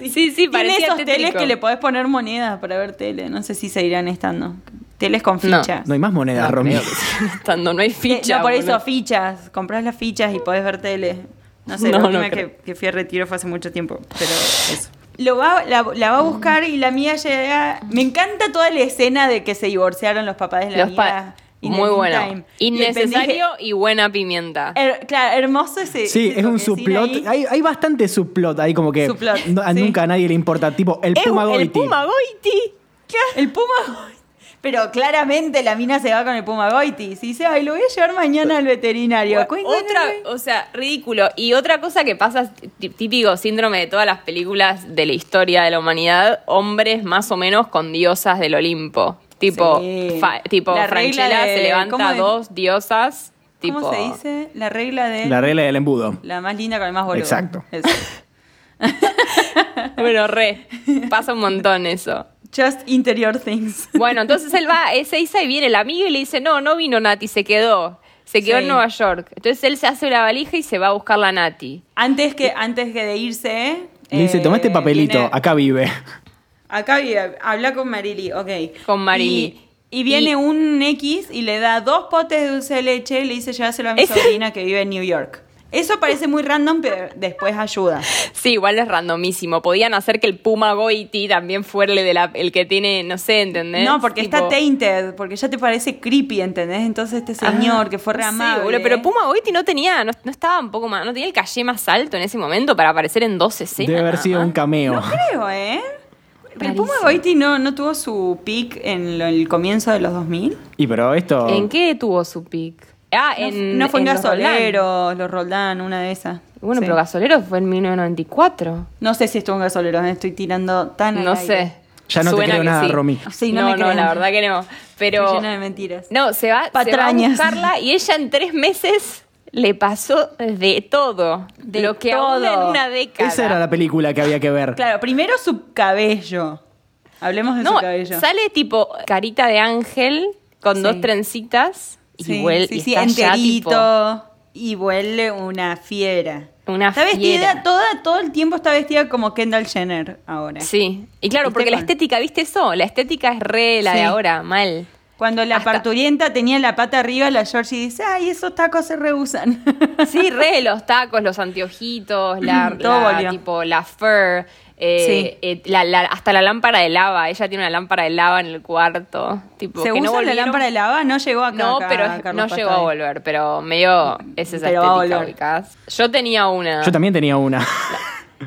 Speaker 3: sí, sí,
Speaker 4: Ah, Tiene
Speaker 3: parecía
Speaker 4: esos teles
Speaker 3: tétrico.
Speaker 4: que le podés poner monedas para ver tele, no sé si seguirán estando. Teles con
Speaker 3: No.
Speaker 4: fichas.
Speaker 2: No hay más monedas,
Speaker 3: No,
Speaker 2: Romy.
Speaker 3: creo que siguen estando, no hay
Speaker 4: Eh,
Speaker 3: ficha.
Speaker 4: no, por
Speaker 3: boludo.
Speaker 4: eso fichas, comprás las fichas y podés ver tele. No sé,
Speaker 3: No,
Speaker 4: la
Speaker 3: no
Speaker 4: última
Speaker 3: creo.
Speaker 4: que, que fui a retiro fue hace mucho tiempo, pero eso. Lo va, la, la va a buscar y la mía llega. Me encanta toda la escena de que se divorciaron los papás de la
Speaker 3: Los
Speaker 4: mía.
Speaker 3: pa-
Speaker 4: in the
Speaker 3: Muy bueno.
Speaker 4: meantime. Y el
Speaker 3: Innecesario
Speaker 4: pendeje-
Speaker 3: y buena pimienta.
Speaker 4: her- claro, hermoso ese.
Speaker 2: Sí,
Speaker 4: ese
Speaker 2: es un
Speaker 4: toquecín ahí.
Speaker 2: subplot. Hay, hay bastante subplot ahí, como que
Speaker 4: Subplot,
Speaker 2: no- a
Speaker 4: sí.
Speaker 2: nunca a nadie le importa. Tipo, el Puma
Speaker 3: ¡Eh, el
Speaker 2: Goiti.
Speaker 3: Puma Goiti.
Speaker 4: El Puma Pero claramente la mina se va con el Puma Goitis. Y dice, ay, lo voy a llevar mañana al veterinario. Cuéntale.
Speaker 3: Otra, o sea, ridículo. Y otra cosa que pasa, tí- típico síndrome de todas las películas de la historia de la humanidad, hombres más o menos con diosas del Olimpo. Tipo,
Speaker 4: Sí.
Speaker 3: fa- tipo
Speaker 4: La regla
Speaker 3: Franchella
Speaker 4: de-
Speaker 3: se
Speaker 4: ¿cómo
Speaker 3: levanta
Speaker 4: es?
Speaker 3: dos diosas. Tipo,
Speaker 4: ¿Cómo se dice? La regla de...
Speaker 2: La
Speaker 4: La,
Speaker 2: regla del embudo.
Speaker 4: más linda con el más boludo.
Speaker 2: Exacto.
Speaker 4: Eso.
Speaker 3: Bueno, re. Pasa un montón eso.
Speaker 4: Just interior things.
Speaker 3: Bueno, entonces él va a Ezeiza y viene el amigo y le dice, no, no vino Nati, se quedó. Se quedó
Speaker 4: Sí.
Speaker 3: en Nueva York. Entonces él se hace la valija y se va a buscar la Nati.
Speaker 4: Antes que, antes que de irse...
Speaker 2: Le dice,
Speaker 4: eh,
Speaker 2: toma este papelito,
Speaker 4: viene-
Speaker 2: acá vive.
Speaker 4: Acá vive, habla con Marily, ok.
Speaker 3: Con Marily.
Speaker 4: Y, y viene
Speaker 3: Y-
Speaker 4: un X y le da dos potes de dulce de leche y le dice, llévaselo a mi
Speaker 3: Ese-
Speaker 4: sobrina que vive en New York. Eso parece muy random, pero después ayuda.
Speaker 3: Sí, igual es randomísimo. Podían hacer que el Puma Goiti también fuera el, de la- el que tiene, no sé, ¿entendés?
Speaker 4: No, porque está
Speaker 3: Tipo-
Speaker 4: tainted, porque ya te parece creepy, ¿entendés? Entonces este señor que fue re
Speaker 3: No sé,
Speaker 4: amable.
Speaker 3: Ah, boludo, pero Puma Goiti no tenía, no, no estaba un poco más, no tenía el calle más alto en ese momento para aparecer en dos escenas.
Speaker 2: Debe haber
Speaker 3: nada
Speaker 2: sido
Speaker 3: más.
Speaker 2: un cameo.
Speaker 4: No creo, ¿eh? Pero
Speaker 3: Rarísimo.
Speaker 4: Puma Goiti no, no tuvo su peak en lo- el comienzo de los 2000.
Speaker 2: Y pero esto.
Speaker 3: ¿En qué tuvo su pic? Ah,
Speaker 4: No,
Speaker 3: en.
Speaker 4: no fue en,
Speaker 3: los Roldán.
Speaker 4: Gasoleros, los Roldán, una de esas.
Speaker 3: Bueno,
Speaker 4: Sí.
Speaker 3: pero Gasolero fue en 1994.
Speaker 4: No sé si estuvo en Gasoleros, me estoy tirando tan al
Speaker 3: No
Speaker 4: aire.
Speaker 3: sé.
Speaker 2: Ya no te creo
Speaker 3: que
Speaker 2: nada, Romy.
Speaker 4: Sí, no
Speaker 3: no,
Speaker 4: me creen.
Speaker 3: la verdad que no.
Speaker 4: Estoy
Speaker 3: Pero.
Speaker 4: llena de mentiras.
Speaker 3: No, se va, se va
Speaker 4: Patrañas.
Speaker 3: a buscarla y ella en tres meses le pasó de todo. De
Speaker 4: De
Speaker 3: lo que
Speaker 4: todo.
Speaker 3: aún en una década.
Speaker 2: Esa era la película que había que ver.
Speaker 4: Claro, primero su cabello. Hablemos de
Speaker 3: No,
Speaker 4: su cabello.
Speaker 3: sale tipo carita de ángel con
Speaker 4: Sí.
Speaker 3: dos trencitas y
Speaker 4: Sí,
Speaker 3: vuel-
Speaker 4: sí,
Speaker 3: y
Speaker 4: sí,
Speaker 3: está ya,
Speaker 4: enterito.
Speaker 3: tipo,
Speaker 4: y vuelve una fiera.
Speaker 3: Una
Speaker 4: está vestida
Speaker 3: fiera.
Speaker 4: toda, todo el tiempo está vestida como Kendall Jenner ahora.
Speaker 3: Sí. Y claro,
Speaker 4: ¿Viste
Speaker 3: porque la
Speaker 4: con-
Speaker 3: estética, ¿viste eso? La estética es re la de
Speaker 4: Sí.
Speaker 3: ahora, mal.
Speaker 4: Cuando la
Speaker 3: Hasta-
Speaker 4: parturienta tenía la pata arriba, la Georgie dice, ay, esos tacos se rehusan.
Speaker 3: Sí, re los tacos, los anteojitos, la,
Speaker 4: Todo
Speaker 3: la-
Speaker 4: volvió.
Speaker 3: tipo la fur, eh, eh, la- la- hasta la lámpara de lava. Ella tiene una lámpara de lava en el cuarto. Tipo,
Speaker 4: ¿Se
Speaker 3: que no
Speaker 4: usa la
Speaker 3: volvieron.
Speaker 4: lámpara de lava? No llegó acá.
Speaker 3: No,
Speaker 4: acá,
Speaker 3: pero no
Speaker 4: Carlos
Speaker 3: llegó a
Speaker 4: Pastrana.
Speaker 3: volver, pero medio es esa
Speaker 4: Pero va a
Speaker 3: estética,
Speaker 4: volver.
Speaker 3: ubicás. Yo tenía una.
Speaker 2: Yo también tenía una.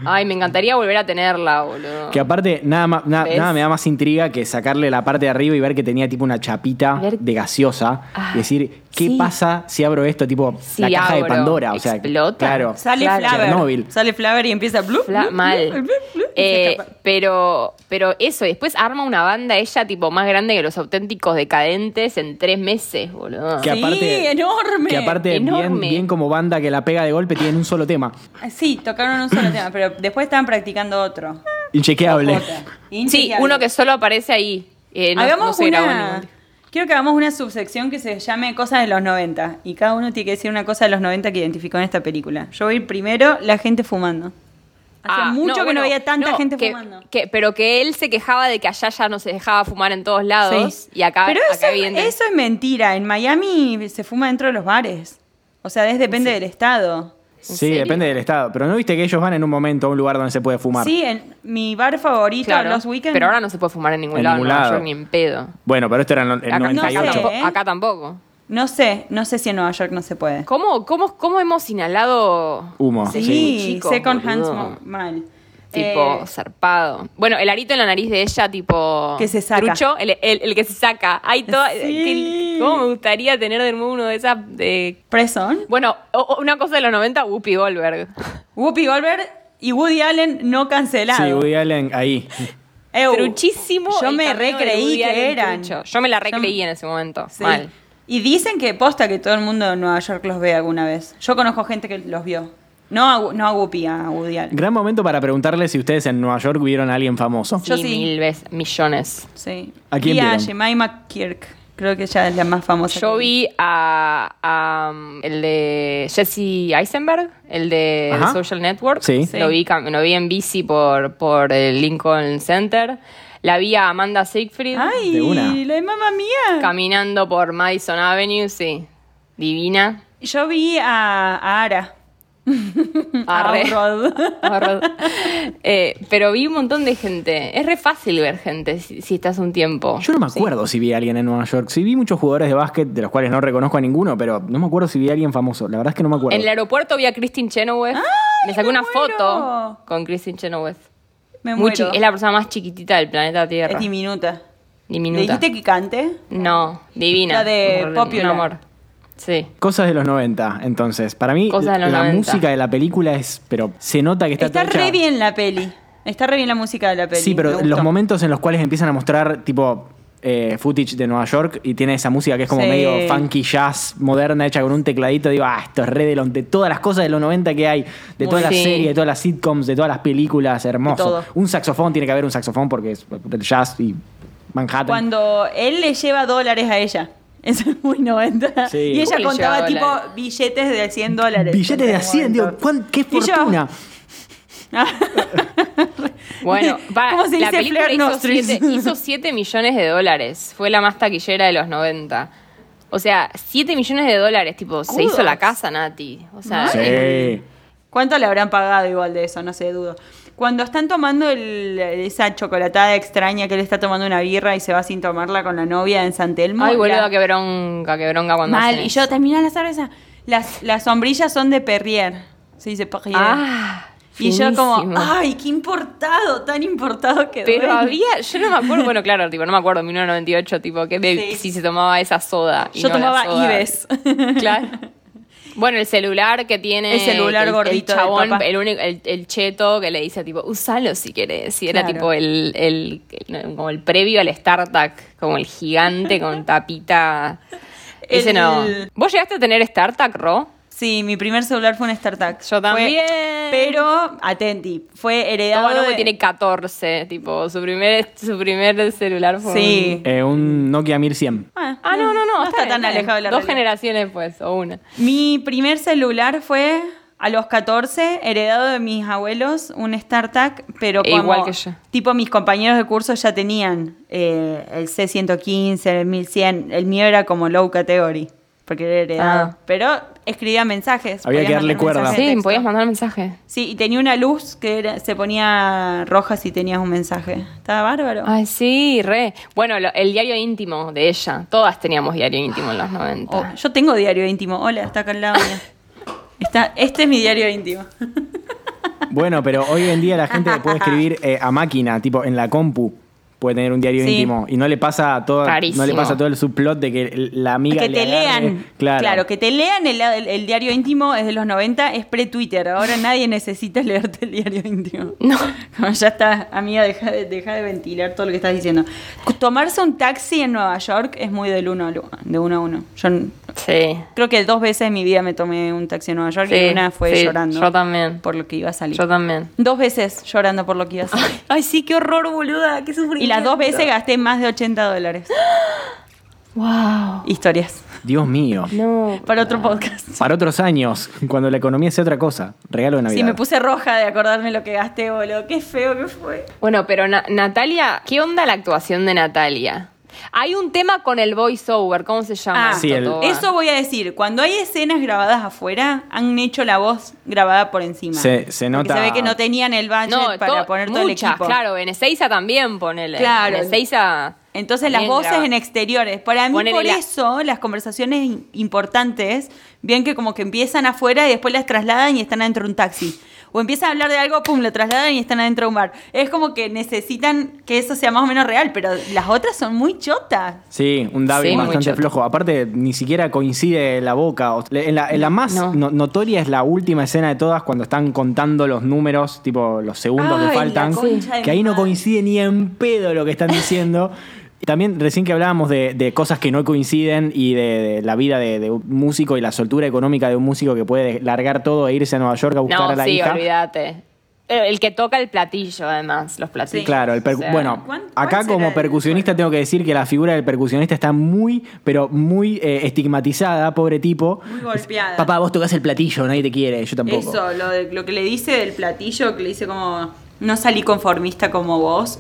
Speaker 3: Ay, me encantaría volver a tenerla, boludo.
Speaker 2: Que aparte, nada, ma- na-
Speaker 3: ¿Ves?
Speaker 2: nada me da más intriga que sacarle la parte de arriba y ver que tenía tipo una chapita
Speaker 3: Ver-
Speaker 2: de gaseosa.
Speaker 3: Ah,
Speaker 2: y decir, ¿qué
Speaker 3: sí.
Speaker 2: pasa si abro esto? Tipo,
Speaker 3: Si
Speaker 2: la caja de
Speaker 3: abro,
Speaker 2: Pandora. O sea,
Speaker 3: ¿explota?
Speaker 2: claro.
Speaker 4: Sale
Speaker 3: Claro.
Speaker 4: Flaver.
Speaker 2: Chernóbil.
Speaker 4: Sale Flaver y empieza blup,
Speaker 3: Fla-
Speaker 4: blup, blup,
Speaker 3: mal.
Speaker 4: blup, blup, y se
Speaker 3: Eh,
Speaker 4: escapa.
Speaker 3: pero, pero eso, y después arma una banda ella tipo más grande que los auténticos decadentes en tres meses, boludo.
Speaker 2: Que
Speaker 4: Sí,
Speaker 2: aparte-
Speaker 4: enorme.
Speaker 2: Que aparte, bien,
Speaker 3: enorme.
Speaker 2: bien como banda que la pega de golpe, tienen un solo tema.
Speaker 4: Sí, tocaron un solo tema, pero después estaban practicando otro.
Speaker 2: Inchequeable.
Speaker 4: Otra.
Speaker 3: Sí,
Speaker 4: Inchequeable.
Speaker 3: uno que solo aparece ahí. Eh, no,
Speaker 4: hagamos
Speaker 3: no se grabó
Speaker 4: una.
Speaker 3: ningún-
Speaker 4: Quiero que hagamos una subsección que se llame Cosas de los 90. Y cada uno tiene que decir una cosa de los 90 que identificó en esta película. Yo voy primero, la gente fumando. Hace
Speaker 3: Ah,
Speaker 4: mucho que
Speaker 3: bueno,
Speaker 4: no veía tanta
Speaker 3: no,
Speaker 4: gente
Speaker 3: que-
Speaker 4: fumando.
Speaker 3: que- pero que él se quejaba de que allá ya no se dejaba fumar en todos lados.
Speaker 4: Sí.
Speaker 3: Y acá,
Speaker 4: Pero
Speaker 3: acá
Speaker 4: eso,
Speaker 3: evidente-
Speaker 4: eso es mentira. En Miami se fuma dentro de los bares. O sea, es- depende del estado.
Speaker 2: Sí,
Speaker 3: serio?
Speaker 2: depende del estado. Pero no viste que ellos van en un momento a un lugar donde se puede fumar.
Speaker 4: Sí, en mi bar favorito,
Speaker 3: claro.
Speaker 4: los weekends.
Speaker 3: Pero ahora no se puede fumar en ningún
Speaker 2: En
Speaker 3: lado,
Speaker 2: ningún
Speaker 3: en Nueva
Speaker 2: lado.
Speaker 3: York, ni en pedo.
Speaker 2: Bueno, pero esto era en el
Speaker 3: Acá,
Speaker 4: no
Speaker 2: 98.
Speaker 4: sé,
Speaker 3: tampoco,
Speaker 4: ¿eh?
Speaker 3: acá tampoco.
Speaker 4: No sé, no sé si en Nueva York no se puede.
Speaker 3: ¿Cómo, cómo, cómo hemos inhalado
Speaker 2: Humo.
Speaker 3: desde
Speaker 4: Sí,
Speaker 3: muy chicos,
Speaker 4: second hands
Speaker 3: boludo?
Speaker 4: mo- mal.
Speaker 3: Tipo,
Speaker 4: Eh,
Speaker 3: zarpado. Bueno, el arito en la nariz de ella, tipo.
Speaker 4: Que se saca.
Speaker 3: Trucho, el, el- el que se saca. Ay, todo.
Speaker 4: Sí.
Speaker 3: que- ¿Cómo me gustaría tener de nuevo uno de esas? De...
Speaker 4: press on.
Speaker 3: Bueno, o- o una cosa de los 90, Whoopi Goldberg.
Speaker 4: Whoopi Goldberg y Woody Allen no cancelado.
Speaker 2: Sí, Woody Allen ahí.
Speaker 4: Ew.
Speaker 3: Truchísimo.
Speaker 4: Uh. Yo
Speaker 3: el
Speaker 4: me
Speaker 3: cameo de
Speaker 4: recreí
Speaker 3: Woody Allen
Speaker 4: que eran.
Speaker 3: trucho. Yo me la
Speaker 4: Yo me-
Speaker 3: recreí en ese momento.
Speaker 4: Sí.
Speaker 3: Mal.
Speaker 4: Y dicen que posta que todo el mundo de Nueva York los ve alguna vez. Yo conozco gente que los vio. No a, Wu- no a Whoopi, a Woody Allen.
Speaker 2: Gran momento para preguntarle si ustedes en Nueva York vieron a alguien famoso.
Speaker 4: Yo
Speaker 3: Sí,
Speaker 4: sí.
Speaker 3: mil veces, millones.
Speaker 4: Sí.
Speaker 2: ¿A quién
Speaker 4: y a
Speaker 2: vieron?
Speaker 4: Jemima Kirk. Creo que ella es la más famosa.
Speaker 3: Yo
Speaker 4: que
Speaker 3: vi a, a, um, el de Jesse Eisenberg, el de
Speaker 2: Ajá.
Speaker 3: Social Network.
Speaker 2: Sí.
Speaker 3: Lo, vi, cam- lo vi en bici por, por el Lincoln Center. La vi a Amanda Siegfried
Speaker 4: Ay,
Speaker 2: De una.
Speaker 4: la de mamá mía.
Speaker 3: caminando por Madison Avenue, sí. Divina.
Speaker 4: Yo vi a, a Ara. Mm,
Speaker 3: Arre.
Speaker 4: A Rod.
Speaker 3: Horror. Eh, pero vi un montón de gente. Es re fácil ver gente si, si estás un tiempo.
Speaker 2: Yo no me acuerdo si vi a alguien en Nueva York. Sí vi muchos jugadores de básquet, de los cuales no reconozco a ninguno, pero no me acuerdo si vi a alguien famoso. La verdad es que no me acuerdo.
Speaker 3: En el aeropuerto vi a Christine Chenoweth. Me saqué
Speaker 4: me
Speaker 3: una
Speaker 4: muero!
Speaker 3: foto con Christine Chenoweth.
Speaker 4: Me
Speaker 3: Muy
Speaker 4: muero.
Speaker 3: chi- es la persona más chiquitita del planeta Tierra.
Speaker 4: Es diminuta. ¿Le
Speaker 3: Diminuta.
Speaker 4: dijiste que cante?
Speaker 3: No, divina.
Speaker 4: La de
Speaker 3: Un
Speaker 4: Popular.
Speaker 3: amor. Sí.
Speaker 2: Cosas de los 90, entonces. Para mí,
Speaker 3: Cosas de los
Speaker 2: la
Speaker 3: 90.
Speaker 2: música de la película es. Pero se nota que está,
Speaker 4: Está,
Speaker 2: toda hecha-
Speaker 4: re bien la peli. Está re bien la música de la peli.
Speaker 2: Sí,
Speaker 4: Me
Speaker 2: pero
Speaker 4: gustó.
Speaker 2: los momentos en los cuales empiezan a mostrar, tipo. eh, footage de Nueva York y tiene esa música que es como
Speaker 4: Sí.
Speaker 2: medio funky jazz moderna hecha con un tecladito digo ah esto es re de, lo- de todas las cosas de los 90 que hay de
Speaker 3: Muy
Speaker 2: todas las
Speaker 3: sí.
Speaker 2: series de todas las sitcoms de todas las películas hermoso
Speaker 4: todo.
Speaker 2: un saxofón tiene que haber un saxofón porque es jazz y Manhattan
Speaker 4: Cuando él le lleva dólares a ella. Eso es muy 90.
Speaker 2: Sí.
Speaker 4: Y
Speaker 3: ¿Cómo
Speaker 4: ella
Speaker 3: le
Speaker 4: contaba
Speaker 3: lleva
Speaker 4: tipo
Speaker 3: dólares?
Speaker 4: billetes de 100 dólares.
Speaker 2: billetes de
Speaker 4: En ese
Speaker 2: 100 digo
Speaker 4: momento.
Speaker 2: ¿cuán- qué
Speaker 4: Y yo-
Speaker 2: fortuna
Speaker 3: Bueno, para,
Speaker 4: ¿Cómo se
Speaker 3: la
Speaker 4: dice
Speaker 3: película
Speaker 4: Flair
Speaker 3: hizo
Speaker 4: Nostris?
Speaker 3: 7 hizo siete millones de dólares. Fue la más taquillera de los 90. O sea, 7 millones de dólares, tipo, se
Speaker 4: Kudos.
Speaker 3: hizo la casa, Nati. O sea,
Speaker 2: sí
Speaker 4: ¿Cuánto le habrán pagado igual de eso? No sé, dudo. Cuando están tomando el- esa chocolatada extraña que él está tomando una birra y se va sin tomarla con la novia en San Telmo.
Speaker 3: ay,
Speaker 4: la-
Speaker 3: boludo, que bronca, que bronca cuando
Speaker 4: Mal,
Speaker 3: hacen
Speaker 4: y
Speaker 3: eso.
Speaker 4: yo terminé la cerveza. Las, las sombrillas son de Perrier. Se dice Perrier.
Speaker 3: Ah,
Speaker 4: y yo como,
Speaker 3: finísimo.
Speaker 4: ay, qué importado, tan importado que
Speaker 3: Pero
Speaker 4: duele.
Speaker 3: había, yo no me acuerdo, bueno, claro, tipo, no me acuerdo, en 1998, tipo, que me-
Speaker 4: Sí.
Speaker 3: si se tomaba esa soda. y
Speaker 4: Yo
Speaker 3: no la
Speaker 4: tomaba
Speaker 3: soda.
Speaker 4: Ives.
Speaker 3: Claro. Bueno, el celular que tiene.
Speaker 4: El celular
Speaker 3: que
Speaker 4: gordito
Speaker 3: El
Speaker 4: del
Speaker 3: chabón,
Speaker 4: papá.
Speaker 3: el, único- el- el cheto que le dice, tipo, usalo si querés. Y era
Speaker 4: Claro.
Speaker 3: tipo el, el- el- como el previo al StarTac, como el gigante con tapita. Ese
Speaker 4: El-
Speaker 3: no. ¿Vos llegaste a tener StarTac, Ro?
Speaker 4: Sí, mi primer celular fue un StarTAC.
Speaker 3: Yo también.
Speaker 4: pero, atenti, fue heredado.
Speaker 3: Todo
Speaker 4: de-
Speaker 3: tiene 14, tipo, su primer, su primer celular fue.
Speaker 4: Sí.
Speaker 3: un-
Speaker 2: Eh, un Nokia 1100
Speaker 3: Ah, no, no, no.
Speaker 4: está,
Speaker 3: bien,
Speaker 4: tan
Speaker 3: bien.
Speaker 4: alejado de la
Speaker 3: Dos
Speaker 4: realidad.
Speaker 3: generaciones, pues, o una.
Speaker 4: Mi primer celular fue. a los 14, heredado de mis abuelos, un StarTAC, pero como,
Speaker 3: E Igual que yo.
Speaker 4: tipo mis compañeros de curso ya tenían eh, el C115, el 1100, el mío era como low category, porque era heredado.
Speaker 3: Ah.
Speaker 4: Pero escribía mensajes.
Speaker 2: Había
Speaker 4: podías
Speaker 2: que darle
Speaker 4: mandar
Speaker 2: cuerda.
Speaker 4: mensajes de
Speaker 3: Sí,
Speaker 4: texto.
Speaker 3: podías mandar mensaje.
Speaker 4: Sí, y tenía una luz que era- se ponía roja si tenías un mensaje. Estaba bárbaro.
Speaker 3: Ay, sí, re. Bueno, lo- el diario íntimo de ella. Todas teníamos diario íntimo en los 90.
Speaker 4: Oh, yo tengo diario íntimo. Hola, está acá al lado. mira. Está, este es mi diario íntimo.
Speaker 2: Bueno, pero hoy en día la gente puede escribir eh, a máquina, tipo en la compu. Puede tener un diario
Speaker 4: Sí.
Speaker 2: íntimo y no le pasa a todo,
Speaker 3: Rarísimo.
Speaker 2: no le pasa todo el subplot de que el- la amiga
Speaker 4: que
Speaker 2: le
Speaker 4: te
Speaker 2: agarre-
Speaker 4: lean. Claro. que te lean el, el- el diario íntimo es de los 90, es pre-Twitter. Ahora nadie necesita leerte el diario íntimo.
Speaker 3: No.
Speaker 4: Como ya está, amiga, deja de, deja de ventilar todo lo que estás diciendo. Tomarse un taxi en Nueva York es muy del uno al uno, de uno a uno. Yo n-
Speaker 3: Sí.
Speaker 4: creo que dos veces en mi vida me tomé un taxi en Nueva York
Speaker 3: Sí,
Speaker 4: y una fue
Speaker 3: sí,
Speaker 4: llorando.
Speaker 3: yo también.
Speaker 4: Por lo que iba a salir.
Speaker 3: Yo también.
Speaker 4: Dos veces llorando por lo que iba a salir.
Speaker 7: Ay, sí, qué horror, boluda, qué sufrimiento.
Speaker 4: Y las dos veces gasté más de 80 dólares.
Speaker 3: Wow.
Speaker 4: Historias.
Speaker 2: Dios mío.
Speaker 3: No.
Speaker 4: Para otro podcast.
Speaker 2: Para otros años, cuando la economía sea otra cosa, regalo de Navidad.
Speaker 4: Sí, me puse roja de acordarme lo que gasté, boludo. Qué feo que fue.
Speaker 3: Bueno, pero Na- Natalia, ¿qué onda la actuación de Natalia? Hay un tema con el voiceover, ¿cómo se llama?
Speaker 4: Ah,
Speaker 2: Sí, el-
Speaker 3: Totoba?
Speaker 4: Eso voy a decir. Cuando hay escenas grabadas afuera, han hecho la voz grabada por encima.
Speaker 2: Se- se
Speaker 4: Porque
Speaker 2: nota-
Speaker 4: se ve que no tenían el budget
Speaker 3: no,
Speaker 4: para
Speaker 3: to-
Speaker 4: poner todo el
Speaker 3: muchas,
Speaker 4: equipo.
Speaker 3: claro, en Ezeiza también ponele.
Speaker 4: Claro.
Speaker 3: En Ezeiza
Speaker 4: Entonces las
Speaker 3: también
Speaker 4: voces
Speaker 3: graba-
Speaker 4: en exteriores. Para mí,
Speaker 3: Ponele
Speaker 4: por
Speaker 3: la-
Speaker 4: eso, las conversaciones im- importantes, bien que como que empiezan afuera y después las trasladan y están adentro de un taxi. O empiezan a hablar de algo, pum, lo trasladan y están adentro de un bar. Es como que necesitan que eso sea más o menos real, pero las otras son muy chotas.
Speaker 2: Sí, un dubbing
Speaker 3: Sí, muy
Speaker 2: bastante
Speaker 3: choto.
Speaker 2: flojo. Aparte, ni siquiera coincide la boca. O- En la, en la más
Speaker 3: No.
Speaker 2: no- notoria es la última escena de todas cuando están contando los números, tipo los segundos
Speaker 4: Ay,
Speaker 2: que
Speaker 4: la
Speaker 2: faltan.
Speaker 4: concha de
Speaker 2: Que ahí
Speaker 4: mi
Speaker 2: no
Speaker 4: madre.
Speaker 2: coincide ni en pedo lo que están diciendo. También recién que hablábamos de, de cosas que no coinciden y de, de la vida de, de un músico y la soltura económica de un músico que puede largar todo e irse a Nueva York a buscar a
Speaker 3: No,
Speaker 2: la
Speaker 3: sí,
Speaker 2: hija.
Speaker 3: olvídate. Eh, El que toca el platillo, además, los platillos.
Speaker 2: Claro, el percu-
Speaker 3: O sea,
Speaker 2: bueno,
Speaker 4: ¿cuán- cuál
Speaker 2: acá
Speaker 4: será
Speaker 2: como
Speaker 4: el-
Speaker 2: percusionista tengo que decir que la figura del percusionista está muy, pero muy eh, estigmatizada, pobre tipo.
Speaker 4: Muy golpeada.
Speaker 2: Papá, vos tocas el platillo, nadie te quiere, yo tampoco.
Speaker 4: Eso, lo, de- lo que le dice del platillo, que le dice como, no salí conformista como vos.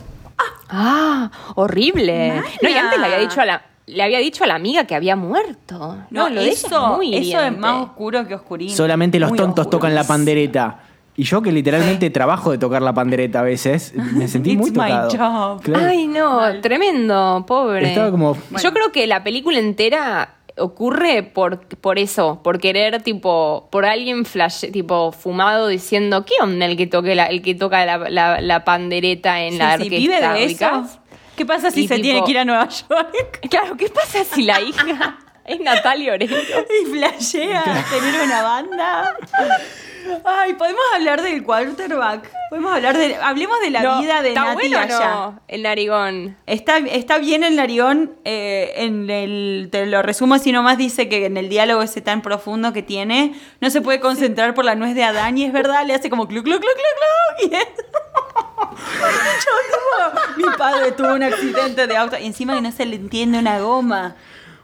Speaker 3: Ah, horrible. No, y antes le había dicho a la, le había dicho a la amiga que había muerto. No, lo de ella es muy
Speaker 4: eso es
Speaker 3: hiriente.
Speaker 4: más oscuro que oscurín.
Speaker 2: Solamente los
Speaker 4: Muy
Speaker 2: tontos
Speaker 4: oscuro.
Speaker 2: tocan la pandereta. Y yo que literalmente trabajo de tocar la pandereta a veces, me sentí muy
Speaker 4: It's my
Speaker 2: tocado.
Speaker 4: job.
Speaker 2: Claro.
Speaker 3: Ay, no, tremendo, pobre.
Speaker 2: Estaba como-
Speaker 3: Yo creo que la película entera ocurre por, por eso, por querer, tipo, por alguien flash, tipo, fumado diciendo, ¿qué onda el que, toque la, el que toca la, la- la pandereta en
Speaker 4: Sí,
Speaker 3: la
Speaker 4: sí,
Speaker 3: orquesta?
Speaker 4: vive de
Speaker 3: ubicás?
Speaker 4: eso. ¿Qué pasa si
Speaker 3: Y
Speaker 4: se
Speaker 3: tipo-
Speaker 4: tiene que ir a Nueva York?
Speaker 3: Claro, ¿qué pasa si la hija es Natalia Oreiro?
Speaker 4: Y flashea tener una banda. Ay, podemos hablar del quarterback. Podemos hablar de. Hablemos de la
Speaker 3: No,
Speaker 4: vida de
Speaker 3: ¿Está
Speaker 4: Nati
Speaker 3: bueno o
Speaker 4: allá.
Speaker 3: no el narigón?
Speaker 4: Está, está bien el Narión, eh, en el, te lo resumo así nomás, dice que en el diálogo ese tan profundo que tiene, no se puede concentrar por la nuez de Adán y es verdad, le hace como clu, clu, clu, clu, clu, y es... Yo tipo, mi padre tuvo un accidente de auto y encima que no se le entiende una goma,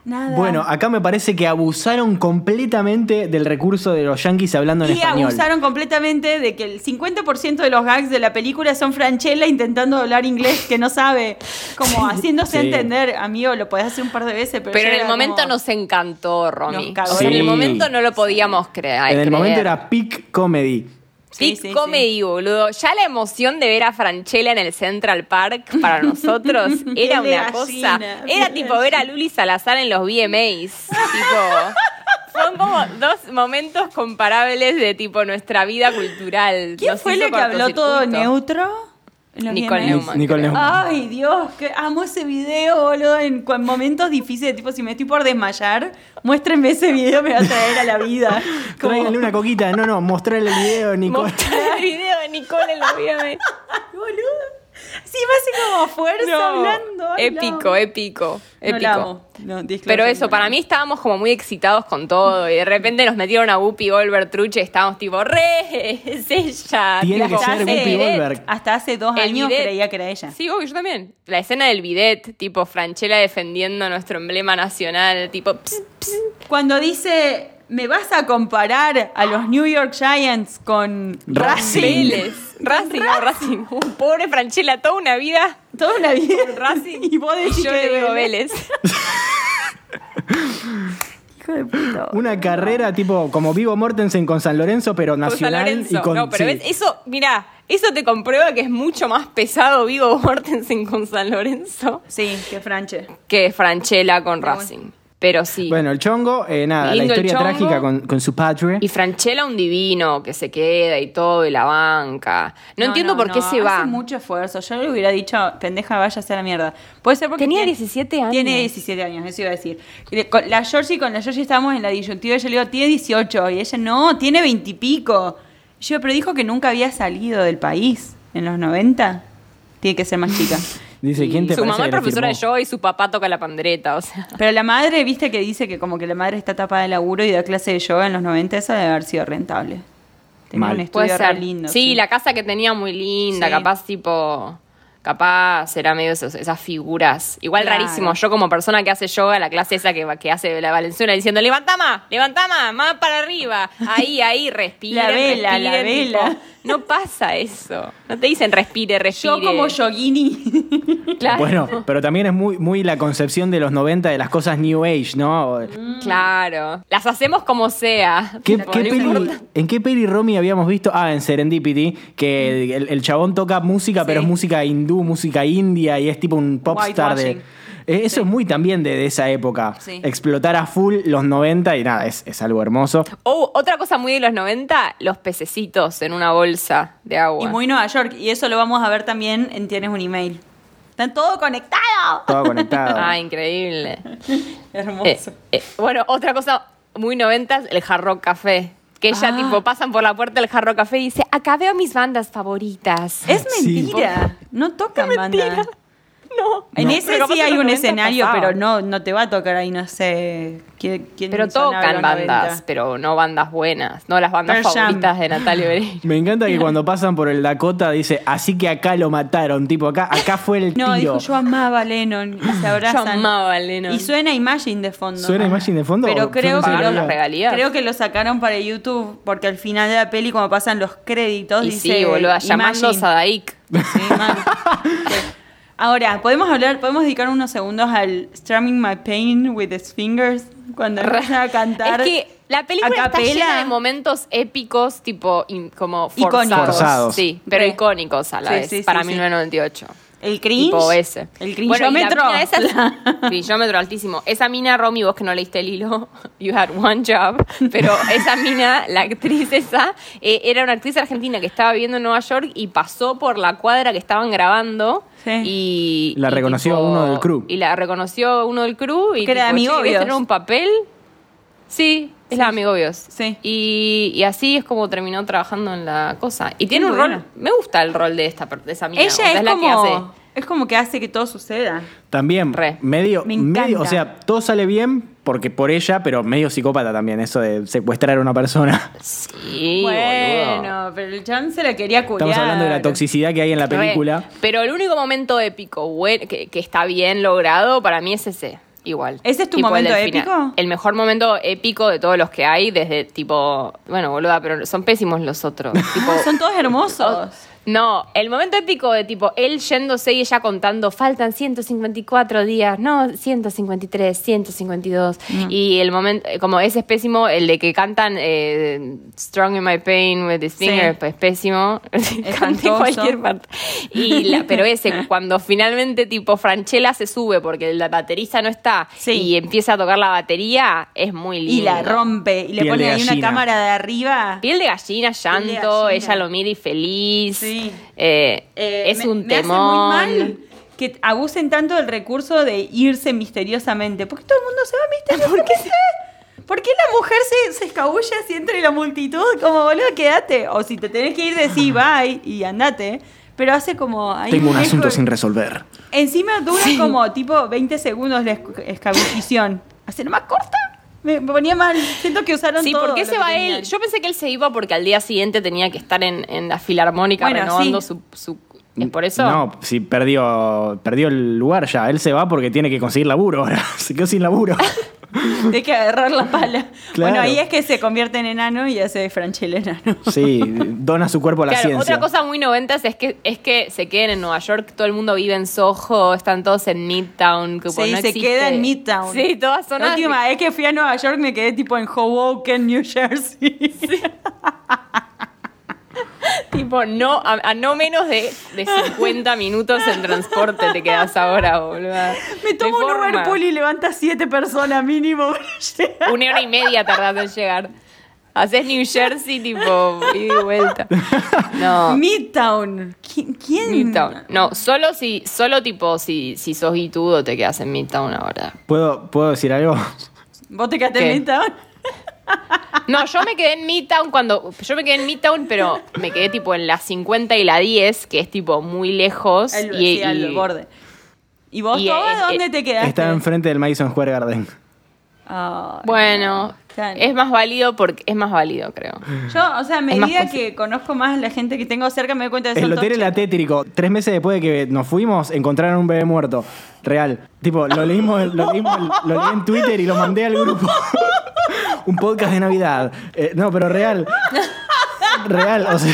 Speaker 4: nada.
Speaker 2: Bueno, acá me parece que abusaron completamente del recurso de los yankees hablando en
Speaker 4: y
Speaker 2: español.
Speaker 4: abusaron completamente de que el 50% de los gags de la película son Franchella intentando hablar inglés que no sabe, como haciéndose
Speaker 2: Sí.
Speaker 4: entender, amigo, lo podés hacer un par de veces, pero...
Speaker 3: Pero
Speaker 4: ya
Speaker 3: en el
Speaker 4: era
Speaker 3: momento
Speaker 4: como-
Speaker 3: nos encantó, Romy.
Speaker 4: Nos cagó.
Speaker 3: O sea, En el
Speaker 2: Sí.
Speaker 3: momento no lo podíamos creer.
Speaker 2: en el momento
Speaker 3: creer.
Speaker 2: era peak comedy.
Speaker 4: Sí,
Speaker 3: Pic
Speaker 4: sí, sí.
Speaker 3: comedy, boludo. Ya la emoción de ver a Franchella en el Central Park para nosotros
Speaker 4: Piel de
Speaker 3: era una
Speaker 4: gallina,
Speaker 3: cosa.
Speaker 4: piel de
Speaker 3: Era tipo ver a Luli Salazar en los VMAs. tipo. Son como dos momentos comparables de tipo nuestra vida cultural.
Speaker 4: ¿Quién
Speaker 3: Nos
Speaker 4: fue
Speaker 3: hizo
Speaker 4: la que habló todo
Speaker 3: cortocircuito.
Speaker 4: neutro? ¿Lo
Speaker 3: Nicole
Speaker 4: vieron?
Speaker 3: Neumann.
Speaker 2: Nicole
Speaker 3: creo.
Speaker 2: Neumann.
Speaker 4: Ay, Dios, que amo ese video, boludo. En cu- momentos difíciles, tipo, si me estoy por desmayar, muéstrenme ese video, me va a traer a la vida. Como-
Speaker 2: Tráiganle una coquita. No, no, mostrarle el video, Nicole.
Speaker 3: Mostrar el video de Nicole en los VMAs.
Speaker 4: Ay, boludo. Sí, me hace como fuerza
Speaker 3: No.
Speaker 4: hablando. Ay, la
Speaker 3: épico,
Speaker 4: amo.
Speaker 3: épico,
Speaker 4: No, la
Speaker 3: épico.
Speaker 4: amo. No, disclosure,
Speaker 3: Pero eso,
Speaker 4: no.
Speaker 3: para mí estábamos como muy excitados con todo y de repente nos metieron a Whoopi Goldberg truche y estábamos tipo, re, es ella.
Speaker 2: Tiene que
Speaker 3: tipo,
Speaker 2: ser
Speaker 4: hace-
Speaker 2: Whoopi Goldberg.
Speaker 4: Hasta hace dos
Speaker 3: el
Speaker 4: años
Speaker 3: bidet.
Speaker 4: creía que era ella.
Speaker 3: Sí, obvio, yo también. La escena del bidet, tipo Franchella defendiendo nuestro emblema nacional, tipo, "Ps, ps".
Speaker 4: Cuando dice, ¿Me vas a comparar a los New York Giants con
Speaker 2: Racing.
Speaker 4: Vélez?
Speaker 3: Racing, no, Racing. Un pobre Franchella, toda una vida.
Speaker 4: Toda una vida Racing y vos decís
Speaker 3: Y yo
Speaker 4: que
Speaker 3: le digo
Speaker 4: Vélez.
Speaker 3: Vélez.
Speaker 4: Hijo de puta.
Speaker 2: Una carrera tipo como Vivo Mortensen con San Lorenzo, pero
Speaker 3: Con San
Speaker 2: nacional
Speaker 3: Lorenzo.
Speaker 2: y con.
Speaker 3: no, pero
Speaker 2: sí.
Speaker 3: ves, eso, mira, eso te comprueba que es mucho más pesado Vigo Mortensen con San Lorenzo
Speaker 4: Sí, que Franche.
Speaker 3: que Franchella con Racing. Pero sí.
Speaker 2: Bueno, el chongo, eh, nada, la
Speaker 3: Lindo el
Speaker 2: historia
Speaker 3: chongo.
Speaker 2: trágica con, con su padre.
Speaker 3: Y Franchella un divino que se queda y todo, y la banca. No, entiendo por qué
Speaker 4: no,
Speaker 3: se va.
Speaker 4: Hace mucho esfuerzo. Yo le hubiera dicho, pendeja, váyase a la mierda. Puede ser porque.
Speaker 3: Tenía
Speaker 4: tiene-
Speaker 3: 17 años.
Speaker 4: Tiene 17 años, eso iba a decir. Y le- con La Georgie, con la Georgie estábamos en la disyuntiva. y Yo le digo, tiene 18. Y ella, no, tiene 20 y pico. Y Yo, pero dijo que nunca había salido del país en los 90. Tiene que ser más chica.
Speaker 2: Dice, ¿quién te
Speaker 3: su
Speaker 2: parece
Speaker 3: mamá
Speaker 2: que
Speaker 3: es
Speaker 2: la
Speaker 3: profesora de
Speaker 2: firmó?
Speaker 3: yoga y su papá toca la pandereta, o sea.
Speaker 4: Pero la madre, viste que dice que como que la madre está tapada de laburo y da clase de yoga en los 90, eso debe haber sido rentable. Tenía
Speaker 2: Mal.
Speaker 4: un estudio re lindo.
Speaker 3: sí, la casa que tenía muy linda,
Speaker 4: Sí.
Speaker 3: capaz tipo. Capaz era medio esos- esas figuras. Igual
Speaker 4: Claro.
Speaker 3: rarísimo. Yo, como persona que hace yoga, la clase esa que, va- que hace la Valenciana diciendo: levanta más, levanta más, más para arriba. Ahí, ahí, respira.
Speaker 4: La vela, la vela.
Speaker 3: no pasa eso. No te dicen respire, respire.
Speaker 4: Yo como yogini.
Speaker 3: Claro.
Speaker 2: Bueno, pero también es muy, muy la concepción de los 90 de las cosas New Age, ¿no?
Speaker 3: Claro. Las hacemos como sea.
Speaker 2: ¿Qué,
Speaker 3: Tipo,
Speaker 2: qué
Speaker 3: Mm, no
Speaker 2: peli-
Speaker 3: importa.
Speaker 2: ¿En qué peli Romy habíamos visto? Ah, en Serendipity, que el, el chabón toca música, pero es música hindú, música india y es tipo un popstar de...
Speaker 4: Whitewashing.
Speaker 2: Eh, Eso es muy también de, de esa época.
Speaker 4: Sí.
Speaker 2: Explotar a full los 90 y nada, es, es algo hermoso.
Speaker 3: Oh, otra cosa muy de los 90, los pececitos en una bolsa de agua.
Speaker 4: Y muy Nueva York. Y eso lo vamos a ver también en Tienes un email. Están todo conectado.
Speaker 2: Todo conectado.
Speaker 3: Ah, increíble. Eh,
Speaker 4: Hermoso.
Speaker 3: eh, bueno, otra cosa muy noventas, el jarro café. Que ya tipo pasan por la puerta del jarro café y dice, acá veo mis bandas favoritas.
Speaker 4: Es
Speaker 2: Sí.
Speaker 4: mentira. No tocan banda.
Speaker 3: no.
Speaker 4: En ese
Speaker 3: Pero capaz
Speaker 4: sí
Speaker 3: en
Speaker 4: hay
Speaker 3: los
Speaker 4: un
Speaker 3: 90
Speaker 4: escenario,
Speaker 3: pasaba.
Speaker 4: pero no, no te va a tocar ahí, no sé. ¿Quién, quién
Speaker 3: Pero
Speaker 4: sonaba en
Speaker 3: tocan
Speaker 4: los
Speaker 3: bandas,
Speaker 4: 90?
Speaker 3: pero no bandas buenas. No las bandas
Speaker 4: Pearl Jam.
Speaker 3: favoritas de Natalia Oreiro.
Speaker 2: Me encanta que cuando pasan por el Dakota dice, así que acá lo mataron, tipo, acá, acá fue el
Speaker 4: No,
Speaker 2: tiro.
Speaker 4: dijo yo amaba a Lennon. Y se abrazan.
Speaker 3: Yo amaba a Lennon.
Speaker 4: Y suena Imagine de fondo.
Speaker 2: ¿Suena Imagine de fondo?
Speaker 4: Pero
Speaker 2: ¿O suena
Speaker 4: creo que,
Speaker 3: ¿Pagaron
Speaker 4: lo,
Speaker 3: las regalías?
Speaker 4: creo que lo sacaron para YouTube porque al final de la peli, como pasan los créditos,
Speaker 3: Y
Speaker 4: dice.
Speaker 3: sí, boluda, llamando a
Speaker 4: Imagine.
Speaker 3: Sadaik.
Speaker 4: Sí, mal. Sí. Ahora, podemos hablar, podemos dedicar unos segundos al Strumming My Pain with His Fingers cuando empieza a cantar.
Speaker 3: Es que la película
Speaker 4: a
Speaker 3: está llena
Speaker 4: capela.
Speaker 3: de momentos épicos, tipo, in- como
Speaker 4: Icónicos.
Speaker 3: forzados.
Speaker 2: Forzados.
Speaker 3: Sí, pero
Speaker 4: Re.
Speaker 3: icónicos a la
Speaker 4: Sí,
Speaker 3: vez,
Speaker 4: sí, sí,
Speaker 3: para
Speaker 4: sí.
Speaker 3: 1998.
Speaker 4: El cringe.
Speaker 3: Tipo ese.
Speaker 4: El
Speaker 3: Bueno, y la
Speaker 4: cringeómetro.
Speaker 3: mina esa- cringeómetro altísimo. Esa mina, Romy, vos que no leíste el hilo, you had one job. Pero esa mina, la actriz esa, eh, era una actriz argentina que estaba viviendo en Nueva York y pasó por la cuadra que estaban grabando.
Speaker 4: Sí.
Speaker 3: Y,
Speaker 2: La
Speaker 3: y
Speaker 2: reconoció uno del crew.
Speaker 3: Y la reconoció uno del crew. Y
Speaker 4: Que era de
Speaker 3: tipo, "Che, ¿querés
Speaker 4: Amigobios".
Speaker 3: tener un papel? Sí, es la de Amigobios.
Speaker 4: Sí.
Speaker 3: Y, y así es como terminó trabajando en la cosa. Y tiene
Speaker 4: Qué
Speaker 3: un
Speaker 4: buena.
Speaker 3: rol. Me gusta el rol de esta per- de esa mina.
Speaker 4: Ella
Speaker 3: o sea,
Speaker 4: es,
Speaker 3: la que hace.
Speaker 4: como. Es como que hace que todo suceda.
Speaker 2: También,
Speaker 3: Re.
Speaker 2: medio,
Speaker 4: Me
Speaker 2: medio,
Speaker 4: encanta.
Speaker 2: o sea, todo sale bien porque por ella, pero medio psicópata también, eso de secuestrar a una persona.
Speaker 3: Sí, boludo.
Speaker 4: bueno, pero el chan se la quería curar.
Speaker 2: Estamos hablando de la toxicidad que hay en la
Speaker 3: Re.
Speaker 2: película.
Speaker 3: Pero el único momento épico buen- que, que está bien logrado para mí es ese. Igual.
Speaker 4: ¿Ese es tu
Speaker 3: el
Speaker 4: momento
Speaker 3: del final.
Speaker 4: épico?
Speaker 3: El mejor momento épico de todos los que hay, desde tipo. Bueno, boluda, pero son pésimos los otros. tipo, Oh,
Speaker 4: Ah, Son todos hermosos.
Speaker 3: No, el momento épico de tipo él yéndose y ella contando, faltan 154 días, no, 153, 152.
Speaker 4: Mm.
Speaker 3: Y el momento, eh, como ese es pésimo, el de que cantan eh, Strong in My Pain with the Singer,
Speaker 4: Sí.
Speaker 3: pues pésimo. Cante
Speaker 4: Espantoso.
Speaker 3: cualquier parte. Y la- pero ese, cuando finalmente tipo Franchella se sube porque la baterista no está
Speaker 4: Sí.
Speaker 3: y empieza a tocar la batería, es muy lindo.
Speaker 4: Y la rompe. Y le
Speaker 2: Piel
Speaker 4: pone
Speaker 2: de
Speaker 4: ahí una
Speaker 2: gallina.
Speaker 4: cámara de arriba.
Speaker 3: Piel de gallina, llanto,
Speaker 4: de gallina.
Speaker 3: ella lo mira y feliz.
Speaker 4: Sí.
Speaker 3: Eh,
Speaker 4: Eh,
Speaker 3: es
Speaker 4: me-
Speaker 3: un
Speaker 4: me hace
Speaker 3: temón.
Speaker 4: muy mal que abusen tanto del recurso de irse misteriosamente. ¿Por qué todo el mundo se va misteriosamente? ¿Por qué, la mujer se, se escabulle así entre la multitud? Como, boludo, quédate. O si te tenés que ir, decís bye y andate. Pero hace como...
Speaker 2: Ah.
Speaker 4: ahí
Speaker 2: Tengo un
Speaker 4: lejos-
Speaker 2: asunto sin resolver.
Speaker 4: Encima dura como tipo 20 segundos la escu- escabullición. Hacer más corta. Me, me ponía mal. Siento que usaron
Speaker 3: Sí,
Speaker 4: todo
Speaker 3: ¿por qué
Speaker 4: lo
Speaker 3: se
Speaker 4: que
Speaker 3: va
Speaker 4: tenían.
Speaker 3: él? Yo pensé que él se iba porque al día siguiente tenía que estar en, en la filarmónica
Speaker 4: Bueno,
Speaker 3: renovando
Speaker 4: sí.
Speaker 3: su, su- ¿Es por eso?
Speaker 2: No, sí, perdió, perdió el lugar ya. Él se va porque tiene que conseguir laburo ahora. Se quedó sin laburo.
Speaker 4: Tienes que agarrar la pala.
Speaker 2: Claro.
Speaker 4: Bueno, ahí es que se convierte en enano y hace de Franchel enano.
Speaker 2: Sí, dona su cuerpo a la
Speaker 3: Claro,
Speaker 2: ciencia.
Speaker 3: otra cosa muy noventas es que, es que se queden en Nueva York, todo el mundo vive en Soho, están todos en Midtown. que
Speaker 4: Sí,
Speaker 3: por no
Speaker 4: se
Speaker 3: existe-
Speaker 4: queda en Midtown.
Speaker 3: Sí, todas son
Speaker 4: La última vez que fui a Nueva York me quedé tipo en Hoboken, New Jersey.
Speaker 3: Tipo, no, a, a no menos de, de 50 minutos en transporte te quedas ahora, boluda.
Speaker 4: Me
Speaker 3: De
Speaker 4: tomo un
Speaker 3: forma.
Speaker 4: Uber Pool y levanta siete personas mínimo.
Speaker 3: Una hora y media tardás en llegar. Haces New Jersey, tipo, ida y vuelta. No.
Speaker 4: Midtown. ¿Qui- ¿Quién?
Speaker 3: Midtown. No, solo si, solo tipo, si, si sos guitudo te quedas en Midtown ahora.
Speaker 2: ¿Puedo, ¿Puedo decir algo?
Speaker 4: ¿Vos te quedaste
Speaker 3: ¿Qué?
Speaker 4: en Midtown?
Speaker 3: No, yo me quedé en Midtown cuando. Yo me quedé en Midtown, pero me quedé tipo en la 50 y la 10, que es tipo muy lejos.
Speaker 4: Al,
Speaker 3: y,
Speaker 4: sí, al
Speaker 3: y-
Speaker 4: borde. ¿Y vos,
Speaker 3: y,
Speaker 4: Toba,
Speaker 3: eh,
Speaker 4: dónde
Speaker 3: eh,
Speaker 4: te quedaste? Ah,
Speaker 2: Está enfrente del Madison Square Garden.
Speaker 4: Ay,
Speaker 3: Bueno,
Speaker 4: Tan.
Speaker 3: es más válido porque. Es más válido, creo.
Speaker 4: Yo, o sea, a
Speaker 3: más
Speaker 4: medida
Speaker 3: fácil.
Speaker 4: que conozco más a la gente que tengo cerca, me doy cuenta de eso.
Speaker 2: El hotel era tétrico. Tres meses después de que nos fuimos, encontraron un bebé muerto. Real. Tipo, lo leímos, lo leímos- lo leí en Twitter y lo mandé al grupo. un podcast de Navidad. Eh, no, pero real. Real, o sea.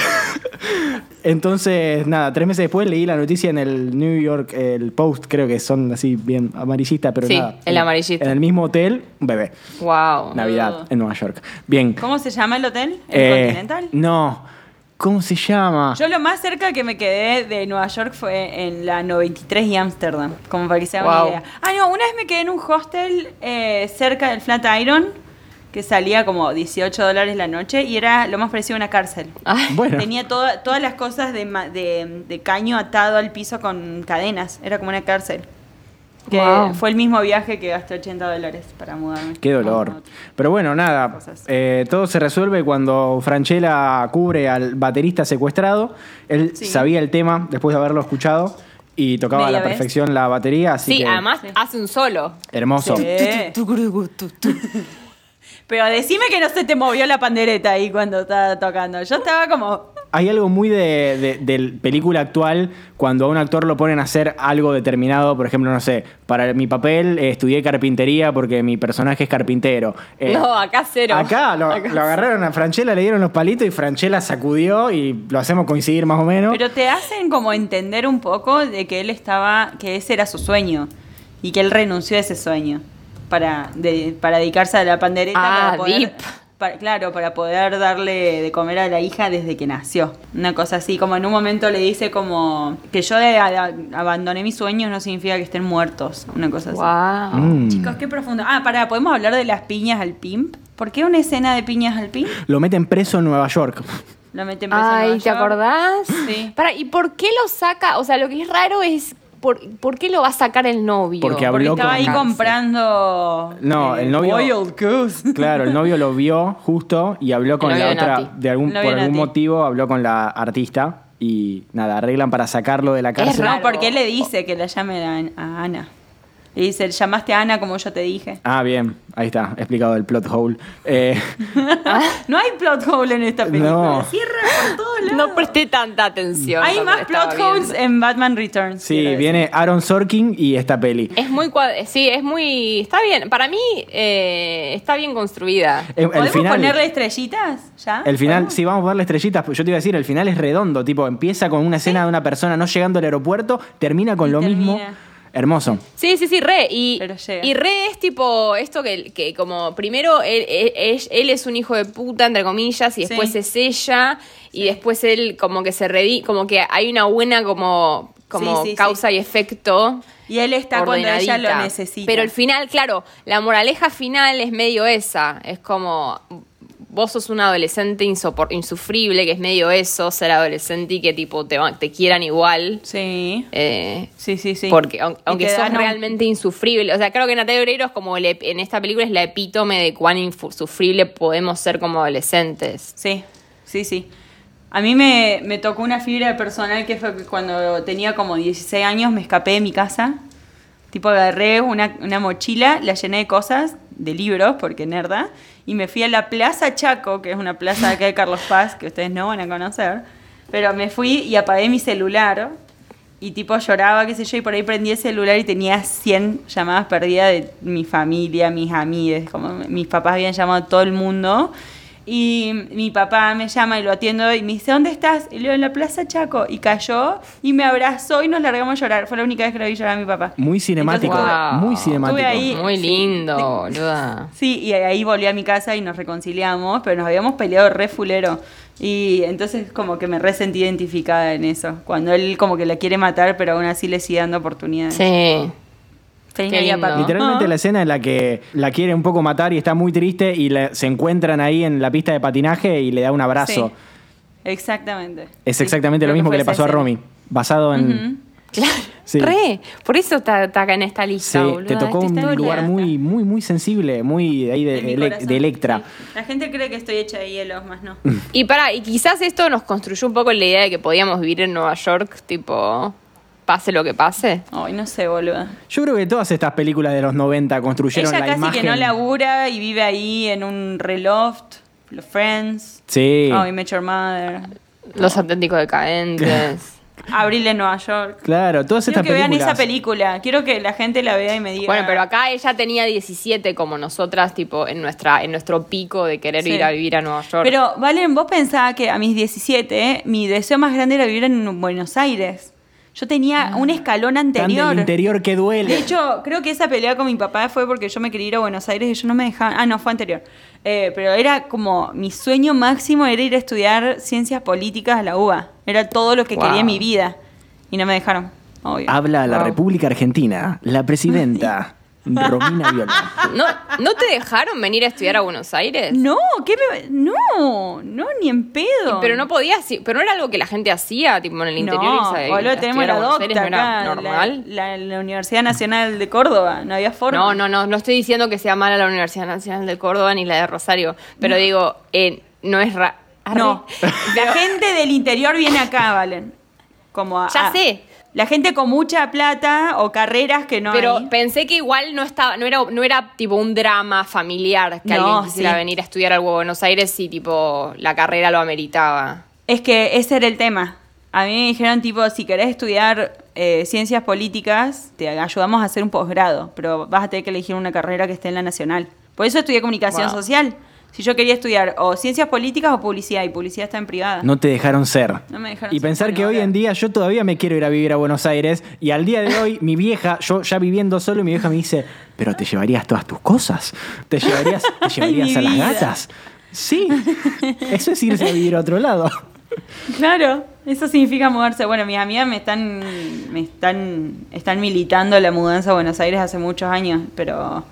Speaker 2: Entonces, nada, tres meses después leí la noticia en el New York, el Post, creo que son así bien amarillistas, pero
Speaker 3: Sí,
Speaker 2: nada.
Speaker 3: el amarillista.
Speaker 2: En el mismo hotel, un bebé.
Speaker 3: Wow.
Speaker 2: Navidad, en Nueva York. Bien.
Speaker 4: Oh. ¿Cómo se llama el hotel? ¿El
Speaker 2: Eh,
Speaker 4: Continental?
Speaker 2: No. ¿Cómo se llama?
Speaker 4: Yo lo más cerca que me quedé de Nueva York fue en la 93 y Ámsterdam, como para que se hagan
Speaker 3: Wow.
Speaker 4: una idea. Ah, no, una vez me quedé en un hostel eh, cerca del Flatiron, que salía como 18 dólares la noche y era lo más parecido a una cárcel.
Speaker 3: Ay,
Speaker 2: bueno.
Speaker 4: Tenía toda- todas las cosas de, ma- de- de caño atado al piso con cadenas, era como una cárcel. Que
Speaker 3: Wow.
Speaker 4: fue el mismo viaje que gasté 80 dólares para mudarme.
Speaker 2: Qué dolor. Pero bueno, nada,
Speaker 4: Cosas.
Speaker 2: eh, todo se resuelve cuando Franchella cubre al baterista secuestrado. Él
Speaker 4: Sí.
Speaker 2: sabía el tema después de haberlo escuchado y tocaba a la
Speaker 4: Media vez.
Speaker 2: perfección la batería, así
Speaker 3: sí,
Speaker 2: que
Speaker 3: además hace un solo.
Speaker 2: hermoso.
Speaker 4: Sí. Eh. Pero decime que no se te movió la pandereta ahí cuando estaba tocando. Yo estaba como.
Speaker 2: Hay algo muy de, de- de película actual cuando a un actor lo ponen a hacer algo determinado, por ejemplo, no sé, para mi papel eh, estudié carpintería porque mi personaje es carpintero. Eh,
Speaker 3: No, acá cero.
Speaker 2: Acá lo, lo agarraron a Franchella, le dieron los palitos y Franchella sacudió y lo hacemos coincidir más o menos.
Speaker 4: Pero te hacen como entender un poco de que él estaba. que ese era su sueño. Y que él renunció a ese sueño. Para, de- para dedicarse a la pandereta.
Speaker 3: Ah,
Speaker 4: para poder-
Speaker 3: deep.
Speaker 4: para- claro, para poder darle de comer a la hija desde que nació. Una cosa así, como en un momento le dice como que yo de- a- abandoné mis sueños no significa que estén muertos. Una cosa así.
Speaker 3: Wow.
Speaker 2: Mm.
Speaker 4: Chicos, qué profundo. Ah, pará, ¿podemos hablar de las piñas al pimp? ¿Por qué una escena de piñas al pimp?
Speaker 2: Lo meten preso en Nueva York.
Speaker 4: Lo meten preso en
Speaker 3: Ay,
Speaker 4: Nueva
Speaker 3: ¿te
Speaker 4: York.
Speaker 3: acordás?
Speaker 4: Sí.
Speaker 3: Para, ¿Y por qué lo saca? O sea, lo que es raro es por, por qué lo va a sacar el novio.
Speaker 2: Porque
Speaker 4: Porque
Speaker 2: Habló
Speaker 4: estaba
Speaker 2: con
Speaker 4: ahí
Speaker 2: Nancy.
Speaker 4: comprando.
Speaker 2: No, el novio-
Speaker 4: Boiled goose.
Speaker 2: Claro, el novio lo vio justo y habló con
Speaker 3: El
Speaker 2: la
Speaker 3: novio de
Speaker 2: otra.
Speaker 3: Nati.
Speaker 2: De algún,
Speaker 4: El
Speaker 2: por
Speaker 4: novio de
Speaker 2: algún
Speaker 4: Nati.
Speaker 2: motivo habló con la artista y nada, arreglan para sacarlo de la
Speaker 3: Es
Speaker 2: cárcel.
Speaker 4: No,
Speaker 3: raro.
Speaker 4: porque él le dice que la llame a, a Ana. Le dice, llamaste a Ana como yo te dije.
Speaker 2: Ah, bien, ahí está, explicado el plot hole. Eh,
Speaker 4: No hay plot hole en esta película.
Speaker 2: No.
Speaker 4: Cierra por todos lados.
Speaker 3: No presté tanta atención.
Speaker 4: hay
Speaker 3: cuando la
Speaker 4: más
Speaker 3: estaba
Speaker 4: plot holes
Speaker 3: viendo.
Speaker 4: en Batman Returns. quiero
Speaker 2: sí,
Speaker 4: decir. Eh,
Speaker 2: viene Aaron Sorkin y esta peli.
Speaker 3: Es muy cuad- Sí, es muy. Está bien. Para mí, eh, está bien construida.
Speaker 2: Eh, El
Speaker 4: ¿Podemos
Speaker 2: final,
Speaker 4: ponerle estrellitas? ¿Ya?
Speaker 2: el final,
Speaker 4: ¿Podemos?
Speaker 2: sí, vamos a darle estrellitas. pues Yo te iba a decir, el final es redondo, tipo, empieza con una escena de una persona no llegando al aeropuerto, termina con
Speaker 4: Y
Speaker 2: lo mismo.
Speaker 4: termina.
Speaker 2: Hermoso.
Speaker 3: Sí, sí, sí, re. Y,
Speaker 4: Pero llega.
Speaker 3: y re es tipo esto que, que como primero él, él- él- él es un hijo de puta, entre comillas, y
Speaker 4: Sí.
Speaker 3: después es ella, y después él como que se redí, como que hay una buena como, como
Speaker 4: Sí, sí,
Speaker 3: causa y efecto.
Speaker 4: Y él está cuando ella lo
Speaker 3: ordenadita.
Speaker 4: necesita.
Speaker 3: Pero el final, claro, la moraleja final es medio esa. Es como vos sos un adolescente insopor- insufrible, que es medio eso, ser adolescente y que tipo te, va- te quieran igual.
Speaker 4: Sí.
Speaker 3: Eh,
Speaker 4: Sí, sí, sí.
Speaker 3: porque aun-
Speaker 4: Y
Speaker 3: aunque
Speaker 4: te
Speaker 3: sos
Speaker 4: dan un-
Speaker 3: realmente insufrible. O sea, creo que Natalia Oreiro es como el ep- en esta película es la epítome de cuán insufrible podemos ser como adolescentes.
Speaker 4: Sí, sí, sí. A mí me, me tocó una fibra personal que fue que cuando tenía como 16 años me escapé de mi casa. Tipo, agarré una, una mochila, la llené de cosas, de libros, porque nerda, y me fui a la Plaza Chaco, que es una plaza de acá de Carlos Paz, que ustedes no van a conocer, pero me fui y apagué mi celular y tipo lloraba, qué sé yo, y por ahí prendí el celular y tenía 100 llamadas perdidas de mi familia, mis amigues, como mis papás habían llamado a todo el mundo. Y mi papá me llama y lo atiendo y me dice, ¿dónde estás? Y le digo, en la Plaza Chaco. Y cayó y me abrazó y nos largamos a llorar. Fue la única vez que lo vi llorar a mi papá.
Speaker 2: Muy cinemático,
Speaker 4: Entonces,
Speaker 3: Wow.
Speaker 2: muy cinemático.
Speaker 4: Estuve ahí.
Speaker 3: Muy
Speaker 4: Sí.
Speaker 3: lindo, boluda.
Speaker 4: Sí, y ahí volví a mi casa y nos reconciliamos, pero nos habíamos peleado re fulero. Y entonces como que me resentí identificada en eso. Cuando él como que la quiere matar, pero aún así le sigue dando oportunidades.
Speaker 3: Sí.
Speaker 4: Feliz
Speaker 3: qué
Speaker 4: Navidad,
Speaker 3: lindo.
Speaker 4: papi.
Speaker 2: Literalmente
Speaker 4: Ah.
Speaker 2: la escena en la que la quiere un poco matar y está muy triste y la- se encuentran ahí en la pista de patinaje y le da un abrazo.
Speaker 4: Sí. Exactamente.
Speaker 2: Es
Speaker 4: Sí,
Speaker 2: exactamente lo
Speaker 4: creo
Speaker 2: mismo que
Speaker 4: fue
Speaker 2: le pasó
Speaker 4: esa
Speaker 2: a Romy, basado en...
Speaker 3: Claro.
Speaker 2: Sí.
Speaker 3: Re. Por eso está, está acá en esta
Speaker 2: Sí,
Speaker 3: lista, boluda.
Speaker 2: te tocó
Speaker 3: esta
Speaker 2: un
Speaker 3: historia.
Speaker 2: lugar muy, muy, muy sensible, muy ahí de,
Speaker 4: escena. En mi
Speaker 2: ele-
Speaker 4: corazón,
Speaker 2: de Electra. Mm.
Speaker 4: sí. La gente cree que estoy hecha de hielo, más no.
Speaker 3: Y para, y quizás esto nos construyó un poco la idea de que podíamos vivir en Nueva York, tipo, pase lo que pase.
Speaker 4: Ay, no sé, boluda.
Speaker 2: Yo creo que todas estas películas de los 90 construyeron
Speaker 4: Ella
Speaker 2: la
Speaker 4: casi
Speaker 2: imagen.
Speaker 4: que no labura y vive ahí en un reloft, los Friends,
Speaker 2: Sí.
Speaker 4: Oh, I Met Your Mother,
Speaker 3: Los auténticos decadentes.
Speaker 4: Abril en Nueva York.
Speaker 2: Claro, todas
Speaker 4: Quiero
Speaker 2: estas
Speaker 4: que
Speaker 2: películas.
Speaker 4: vean esa película. Quiero que la gente la vea y me diga.
Speaker 3: Bueno, pero acá ella tenía 17 como nosotras, tipo, en nuestra, en nuestro pico de querer
Speaker 4: Sí.
Speaker 3: ir a vivir a Nueva York.
Speaker 4: Pero, Valen, vos pensabas que a mis 17 eh, mi deseo más grande era vivir en Buenos Aires. Yo tenía un escalón
Speaker 2: Ah, Tan del
Speaker 4: anterior.
Speaker 2: interior que duele.
Speaker 4: De hecho, creo que esa pelea con mi papá fue porque yo me quería ir a Buenos Aires y yo no me dejaban. Ah, no, fue anterior. Eh, pero era como mi sueño máximo era ir a estudiar ciencias políticas a la UBA. Era todo lo que
Speaker 3: Wow.
Speaker 4: quería en mi vida. Y no me dejaron. Obvio.
Speaker 2: Habla la
Speaker 3: Wow.
Speaker 2: República Argentina, la presidenta Romina Viola.
Speaker 3: ¿No, ¿No te dejaron venir a estudiar a Buenos Aires?
Speaker 4: No, ¿qué me- No, no, ni en pedo.
Speaker 3: Pero no podías, ir- pero no era algo que la gente hacía, tipo, en el interior.
Speaker 4: No,
Speaker 3: irse a-
Speaker 4: boludo,
Speaker 3: a
Speaker 4: tenemos
Speaker 3: estudiar
Speaker 4: la
Speaker 3: a Buenos Aires,
Speaker 4: docta
Speaker 3: ¿no era
Speaker 4: acá,
Speaker 3: normal?
Speaker 4: La, la- la Universidad Nacional de Córdoba, no había forma.
Speaker 3: No, no, no, no estoy diciendo que sea mala la Universidad Nacional de Córdoba ni la de Rosario, pero digo, eh, no es ra Arre.
Speaker 4: No, la gente del interior viene acá, Valen. Como a-
Speaker 3: Ya
Speaker 4: a-
Speaker 3: sé.
Speaker 4: La gente con mucha plata o carreras que no
Speaker 3: pero
Speaker 4: hay.
Speaker 3: pensé que igual no estaba, no era, no era tipo un drama familiar que
Speaker 4: No,
Speaker 3: alguien quisiera
Speaker 4: sí.
Speaker 3: venir a estudiar algo a Buenos Aires si tipo la carrera lo ameritaba.
Speaker 4: Es que ese era el tema. A mí me dijeron, tipo, si querés estudiar eh, ciencias políticas, te ayudamos a hacer un posgrado, pero vas a tener que elegir una carrera que esté en la nacional. Por eso estudié comunicación
Speaker 3: Wow.
Speaker 4: social. Si yo quería estudiar o ciencias políticas o publicidad, y publicidad está en privada.
Speaker 2: No te dejaron ser.
Speaker 4: Ah. No me dejaron
Speaker 2: y
Speaker 4: ser,
Speaker 2: pensar
Speaker 4: bueno,
Speaker 2: que hoy
Speaker 4: ahora-
Speaker 2: en día yo todavía me quiero ir a vivir a Buenos Aires y al día de hoy mi vieja, yo ya viviendo solo, mi vieja me dice, pero te llevarías todas tus cosas, te llevarías, te llevarías
Speaker 4: mi
Speaker 2: a las
Speaker 4: vida.
Speaker 2: gatas. Sí, eso es irse a vivir a otro lado.
Speaker 4: Claro, eso significa mudarse. Bueno, mis amigas me están, me están, están militando la mudanza a Buenos Aires hace muchos años, pero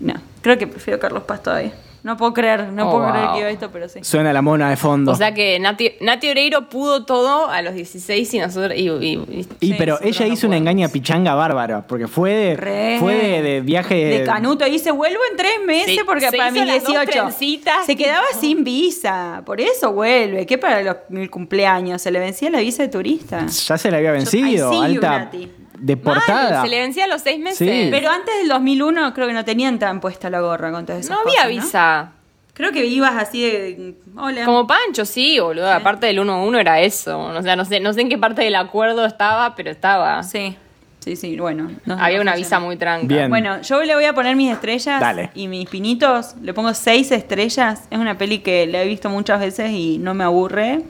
Speaker 4: no, creo que prefiero Carlos Paz todavía. No puedo creer, no
Speaker 3: Oh,
Speaker 4: puedo creer
Speaker 3: wow.
Speaker 4: que iba esto, pero sí.
Speaker 2: Suena la mona de fondo.
Speaker 3: O sea que Nati, Nati Oreiro pudo todo a los 16 y nosotros. Y, y- y-
Speaker 2: y
Speaker 4: sí,
Speaker 2: pero
Speaker 3: nosotros
Speaker 2: ella
Speaker 3: no
Speaker 2: hizo una
Speaker 3: podemos.
Speaker 2: engaña pichanga bárbara, porque fue de,
Speaker 4: Re.
Speaker 2: fue de, de viaje
Speaker 4: De Canuto dice, vuelvo en tres meses
Speaker 3: Sí,
Speaker 4: porque
Speaker 3: se
Speaker 4: para
Speaker 3: hizo
Speaker 4: mis
Speaker 3: las dos
Speaker 4: 18.
Speaker 3: trencitas,
Speaker 4: Se
Speaker 3: tipo.
Speaker 4: quedaba sin visa, por eso vuelve. ¿Qué para los mil cumpleaños? Se le vencía la visa de turista.
Speaker 2: Ya se la había vencido,
Speaker 4: I see you,
Speaker 2: alta
Speaker 4: Nati.
Speaker 2: deportada.
Speaker 3: Mal, se le vencía a los seis meses.
Speaker 2: Sí.
Speaker 4: Pero antes del 2001 creo que no tenían tan puesta la gorra con todas esas
Speaker 3: no había
Speaker 4: cosas, ¿no?
Speaker 3: visa.
Speaker 4: Creo que ibas así de. Hola.
Speaker 3: Como Pancho, sí, boludo. Aparte del 1-1 era eso. O sea, no sé, no sé en qué parte del acuerdo estaba, pero estaba.
Speaker 4: Sí, sí, sí, bueno. no-
Speaker 3: Había
Speaker 4: no
Speaker 3: una
Speaker 4: funciona.
Speaker 3: visa muy tranca.
Speaker 2: Bien.
Speaker 4: Bueno, yo le voy a poner mis estrellas
Speaker 2: Dale.
Speaker 4: y mis pinitos. Le pongo seis estrellas. Es una peli que la he visto muchas veces y no me aburre.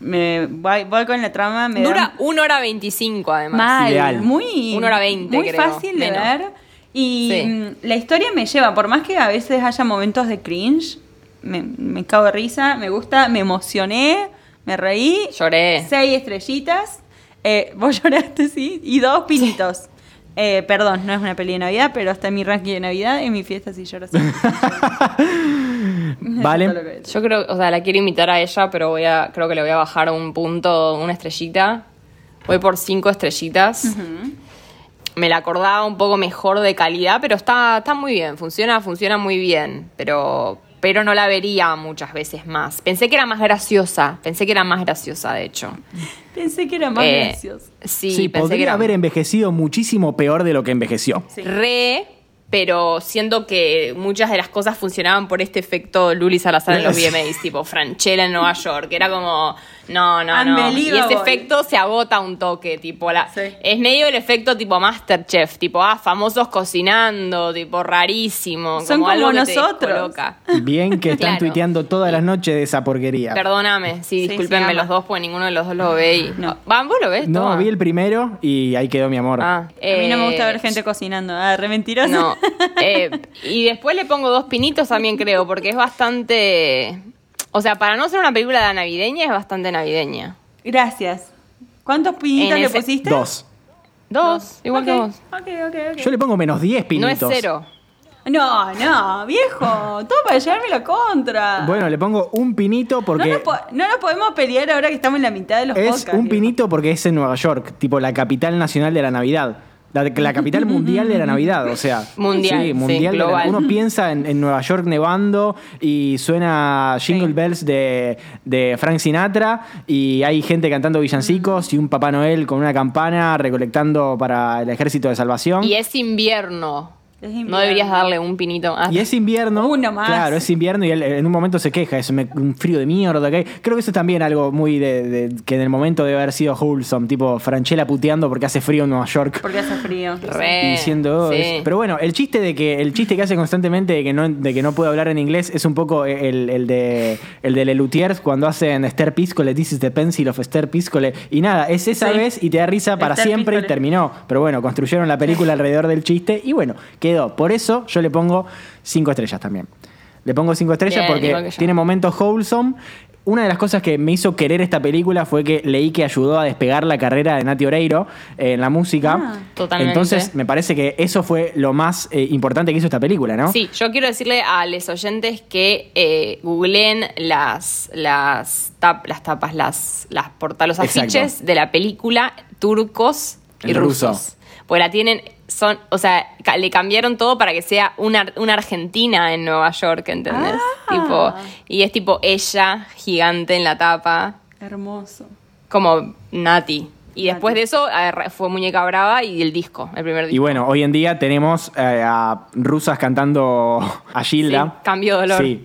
Speaker 4: Me voy, voy con la trama. Me
Speaker 3: Dura
Speaker 4: da
Speaker 3: 1 hora 25, además.
Speaker 4: mal,
Speaker 2: Ideal.
Speaker 4: muy,
Speaker 3: Una hora veinte,
Speaker 4: muy
Speaker 3: creo,
Speaker 4: fácil de
Speaker 3: menos.
Speaker 4: ver. Y
Speaker 3: Sí.
Speaker 4: mm, la historia me lleva, por más que a veces haya momentos de cringe, me, me cago de risa, me gusta, me emocioné, me reí.
Speaker 3: Lloré.
Speaker 4: Seis estrellitas. Eh, vos lloraste, sí. Y dos pinitos. Eh, perdón, no es una peli de Navidad, pero está en mi ranking de Navidad. En mi fiesta sí lloro. sí. Todo lo
Speaker 2: vale.
Speaker 4: que es.
Speaker 3: Yo creo, o sea, la quiero imitar a ella, pero voy a, creo que le voy a bajar un punto, una estrellita. Voy por cinco estrellitas.
Speaker 4: Mm.
Speaker 3: Me la acordaba un poco mejor de calidad, pero está, está muy bien, funciona, funciona muy bien, pero, pero no la vería muchas veces más. Pensé que era más graciosa, pensé que era más graciosa, de hecho.
Speaker 4: Pensé que era más
Speaker 3: Eh,
Speaker 4: gracioso.
Speaker 3: Sí,
Speaker 2: sí,
Speaker 3: pensé que
Speaker 2: podría em-
Speaker 3: era
Speaker 2: haber envejecido muchísimo peor de lo que envejeció.
Speaker 4: Sí.
Speaker 3: re, pero siento que muchas de las cosas funcionaban por este efecto Luli Salazar en los VMAs, tipo Franchella en Nueva York, que era como, no, no, no. Y ese
Speaker 4: Unbelievable.
Speaker 3: efecto se agota un toque, tipo, la,
Speaker 4: Sí.
Speaker 3: es medio el efecto tipo Masterchef, tipo, ah, famosos cocinando, tipo, rarísimo.
Speaker 4: Son
Speaker 3: algo
Speaker 4: como
Speaker 3: que te
Speaker 4: nosotros.
Speaker 3: descoloca.
Speaker 2: Bien que están
Speaker 3: Claro.
Speaker 2: tuiteando todas las noches de esa porquería.
Speaker 3: Perdóname, sí,
Speaker 4: Sí,
Speaker 3: discúlpenme
Speaker 4: sí, ama.
Speaker 3: los dos, porque ninguno de los dos lo ve. Y...
Speaker 4: No.
Speaker 3: Van, ¿Vos lo ves?
Speaker 2: No,
Speaker 3: Toma.
Speaker 2: vi el primero y ahí quedó mi amor.
Speaker 3: Ah,
Speaker 4: A mí no me gusta
Speaker 3: eh,
Speaker 4: ver gente cocinando. Ah, re mentirosa.
Speaker 3: No. Eh, y después le pongo dos pinitos también, creo, porque es bastante. O sea, para no ser una película de navideña, es bastante navideña.
Speaker 4: Gracias. ¿Cuántos pinitos
Speaker 3: En
Speaker 4: le
Speaker 3: ese-
Speaker 4: pusiste?
Speaker 2: Dos.
Speaker 3: Dos, igual que
Speaker 4: Ok,
Speaker 3: vos.
Speaker 4: Ok, ok, ok.
Speaker 2: Yo le pongo menos 10
Speaker 3: No
Speaker 2: pinitos.
Speaker 3: es cero.
Speaker 4: No, no, viejo. Todo para llevarme la contra.
Speaker 2: Bueno, le pongo un pinito
Speaker 4: no,
Speaker 2: porque
Speaker 4: nos po- no nos podemos pelear ahora que estamos en la mitad de los
Speaker 2: es
Speaker 4: podcasts,
Speaker 2: un
Speaker 4: viejo.
Speaker 2: pinito porque es en Nueva York, tipo la capital nacional de la Navidad. La, la capital mundial de la Navidad, o sea.
Speaker 3: Mundial, sí,
Speaker 2: mundial. de la-
Speaker 3: global.
Speaker 2: uno piensa en, en Nueva York nevando y suena Jingle Bells de, de Frank Sinatra y hay gente cantando villancicos y un Papá Noel con una campana recolectando para el Ejército de Salvación.
Speaker 3: Y es invierno.
Speaker 4: Es invierno.
Speaker 3: No deberías darle un pinito Ah, más.
Speaker 2: Y es invierno.
Speaker 4: Uno más.
Speaker 2: Claro, es invierno y él en un momento se queja, es me- un frío de mierda. que hay. Creo que eso es también algo muy de, de- que en el momento debe haber sido wholesome, tipo Franchella puteando porque hace frío en Nueva York.
Speaker 4: Porque hace frío.
Speaker 3: Re,
Speaker 2: Y diciendo,
Speaker 3: sí.
Speaker 2: es- pero bueno, el chiste de que el chiste que hace constantemente de que no de que no puede hablar en inglés es un poco el, el de el de Lelutiers cuando hacen Esther Piscole, this is the pencil of Esther Piscole y nada, es esa
Speaker 4: Sí.
Speaker 2: vez y te da risa para
Speaker 4: Esther
Speaker 2: siempre y
Speaker 4: Piscole.
Speaker 2: terminó, pero bueno, construyeron la película alrededor del chiste y bueno, quedó. Por eso yo le pongo cinco estrellas también. Le pongo cinco estrellas
Speaker 3: Bien, igual
Speaker 2: porque
Speaker 3: que yo.
Speaker 2: tiene momentos wholesome. Una de las cosas que me hizo querer esta película fue que leí que ayudó a despegar la carrera de Nati Oreiro eh, en la música.
Speaker 4: Ah.
Speaker 3: Totalmente.
Speaker 2: Entonces, me parece que eso fue lo más eh, importante que hizo esta película, ¿no?
Speaker 3: Sí, yo quiero decirle a los oyentes que eh, googleen las, las, tap- las tapas, las, las porta- los
Speaker 2: Exacto.
Speaker 3: afiches de la película turcos y
Speaker 2: En ruso.
Speaker 3: rusos. Pues la tienen, son, o sea, ca- le cambiaron todo para que sea una, una argentina en Nueva York, ¿entendés?
Speaker 2: Ah.
Speaker 3: Tipo, y es tipo ella, gigante en la tapa,
Speaker 4: Hermoso.
Speaker 3: como Nati. Y después de eso agarra- fue Muñeca Brava y el disco, el primer disco.
Speaker 2: Y bueno, hoy en día tenemos eh, a rusas cantando a Gilda.
Speaker 3: Sí, cambio de dolor.
Speaker 2: Sí,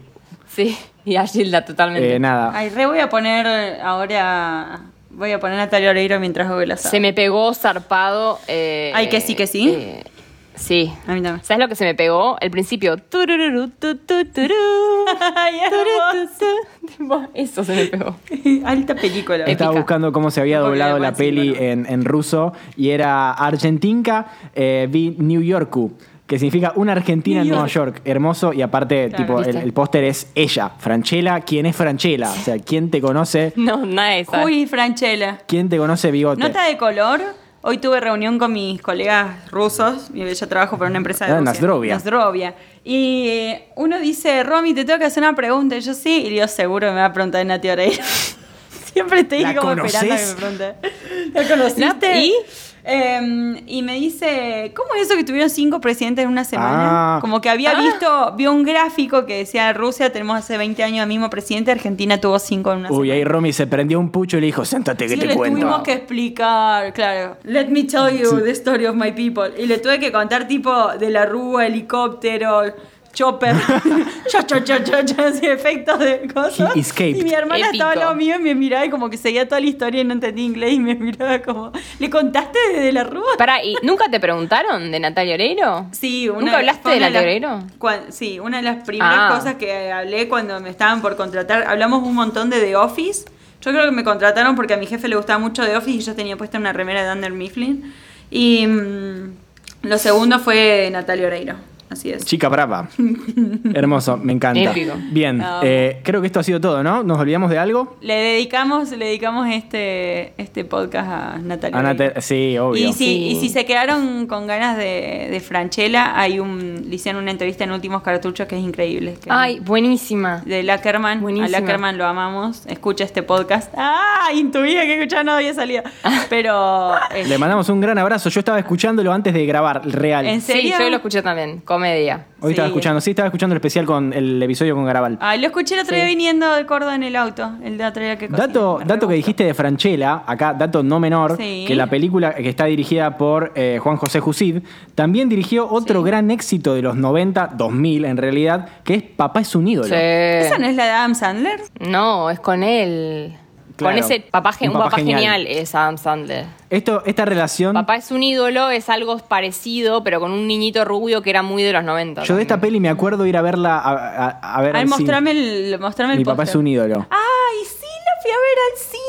Speaker 3: Sí, y a Gilda totalmente.
Speaker 2: eh, nada.
Speaker 4: Ay, re voy a poner ahora. Voy a poner a Natalia Oreiro mientras hago el asado.
Speaker 3: Se me pegó zarpado. eh,
Speaker 4: Ay, que sí, que sí.
Speaker 3: eh, sí.
Speaker 4: A mí también.
Speaker 3: ¿Sabes lo que se me pegó? El principio. Tururú, tu, tu, turú,
Speaker 4: Ay,
Speaker 3: turú,
Speaker 4: hermoso.
Speaker 3: tu, tu. Tipo, Eso se me pegó.
Speaker 4: Alta película.
Speaker 3: Eh,
Speaker 2: Estaba
Speaker 3: épica.
Speaker 2: buscando cómo se había
Speaker 4: Un poco de
Speaker 2: doblado la
Speaker 4: romance,
Speaker 2: peli
Speaker 4: bueno.
Speaker 2: en, en ruso y era Argentinka eh, vi New Yorku, que significa una Argentina en Nueva York. Hermoso y aparte,
Speaker 4: Claro,
Speaker 2: tipo, el,
Speaker 3: ¿viste?
Speaker 2: el póster es ella, Franchella. ¿Quién es Franchella? O sea, ¿quién te conoce?
Speaker 3: No, nada de eso.
Speaker 4: Uy, Franchella.
Speaker 2: ¿Quién te conoce bigote?
Speaker 4: Nota de color. Hoy tuve reunión con mis colegas rusos. Yo yo trabajo para una empresa de
Speaker 2: Ah, en
Speaker 4: Rusia.
Speaker 2: Nasdrovia.
Speaker 4: Nasdrovia. Y eh, uno dice, Romy, te tengo que hacer una pregunta. Y yo sí. Y Dios, seguro que me va a preguntar en Nati Oreiro. Siempre estoy
Speaker 2: ¿La
Speaker 4: como esperando a que
Speaker 2: conoces?
Speaker 4: me pregunte. ¿La conociste?
Speaker 3: ¿Y?
Speaker 4: Eh, y me dice, ¿cómo es eso que tuvieron cinco presidentes en una
Speaker 2: Ah.
Speaker 4: semana? Como que había visto, vio un gráfico que decía, Rusia tenemos hace 20 años al mismo presidente, Argentina tuvo cinco en una semana.
Speaker 2: Uy, ahí Romy se prendió un pucho y le dijo, séntate que
Speaker 4: Sí,
Speaker 2: te
Speaker 4: le
Speaker 2: cuento.
Speaker 4: tuvimos que explicar, claro. Let me tell you the story of my people. Y le tuve que contar tipo de la rúa, helicóptero, chopper, cha, cha, cha, cha, cha, así, efectos de cosas.
Speaker 2: He escaped.
Speaker 4: Y mi hermana
Speaker 3: Épico.
Speaker 4: estaba al lado mío y me miraba y como que seguía toda la historia y no entendía inglés y me miraba como, ¿le contaste desde la rúa?
Speaker 3: Pará, ¿y nunca te preguntaron de Natalia Oreiro?
Speaker 4: Sí, una,
Speaker 3: ¿Nunca hablaste
Speaker 4: fue
Speaker 3: de
Speaker 4: una
Speaker 3: Natalia
Speaker 4: las-
Speaker 3: Oreiro?
Speaker 4: cuan- sí, una de las primeras
Speaker 3: Ah.
Speaker 4: cosas que hablé cuando me estaban por contratar, hablamos un montón de The Office. Yo creo que me contrataron porque a mi jefe le gustaba mucho The Office y yo tenía puesta una remera de Under Mifflin. Y mm, lo segundo fue Natalia Oreiro. Así es.
Speaker 2: Chica brava. Hermoso, me encanta.
Speaker 3: Épico.
Speaker 2: Bien,
Speaker 4: Ah.
Speaker 2: eh, creo que esto ha sido todo, ¿no? ¿Nos olvidamos de algo?
Speaker 4: Le dedicamos, le dedicamos este, este podcast a Natalia.
Speaker 2: A Nat-
Speaker 4: Oreiro.
Speaker 2: sí, obvio.
Speaker 4: Y si,
Speaker 3: Sí.
Speaker 4: y si se quedaron con ganas de, de Franchella, hay un, le hicieron una entrevista en Últimos Cartuchos que es increíble. que-
Speaker 3: Ay, buenísima.
Speaker 4: De Lackerman.
Speaker 3: Buenísima.
Speaker 4: A Lackerman lo amamos. Escucha este podcast. ¡Ah! Intuía que escuchaba, no había salido. Pero. eh,
Speaker 2: Le mandamos un gran abrazo. Yo estaba escuchándolo antes de grabar, real.
Speaker 4: ¿En
Speaker 3: Sí,
Speaker 4: serio?
Speaker 3: yo lo escuché también. Con comedia.
Speaker 2: Hoy estaba
Speaker 4: Sí. Ah,
Speaker 2: escuchando, sí, estaba escuchando el especial con el episodio con Garabal.
Speaker 4: Ay, lo escuché el otro día viniendo de Córdoba en el auto. El de otro día que cociné,
Speaker 2: Dato,
Speaker 4: me re
Speaker 2: dato que
Speaker 4: gustó.
Speaker 2: dijiste de Franchella, acá dato no menor,
Speaker 4: Sí.
Speaker 2: que la película que está dirigida por eh, Juan José Jusid, también dirigió otro gran éxito de los 90, 2000 en realidad, que es Papá es un ídolo.
Speaker 3: Sí.
Speaker 4: ¿Esa no es la de Adam Sandler?
Speaker 3: No, es con él.
Speaker 2: Claro.
Speaker 3: Con ese papá, gen-
Speaker 2: Un
Speaker 3: un
Speaker 2: papá
Speaker 3: papá,
Speaker 2: genial.
Speaker 3: genial. es Adam Sandler.
Speaker 2: Esto, esta relación,
Speaker 3: Papá es un ídolo, es algo parecido, pero con un niñito rubio que era muy de los 90.
Speaker 2: yo de esta
Speaker 3: también.
Speaker 2: peli me acuerdo ir a verla a, a- a ver
Speaker 4: Ay,
Speaker 2: al cine.
Speaker 4: mostrame el, mostrame el
Speaker 2: Mi papá
Speaker 4: póster.
Speaker 2: es un ídolo.
Speaker 4: Ay, sí, la fui a ver al cine.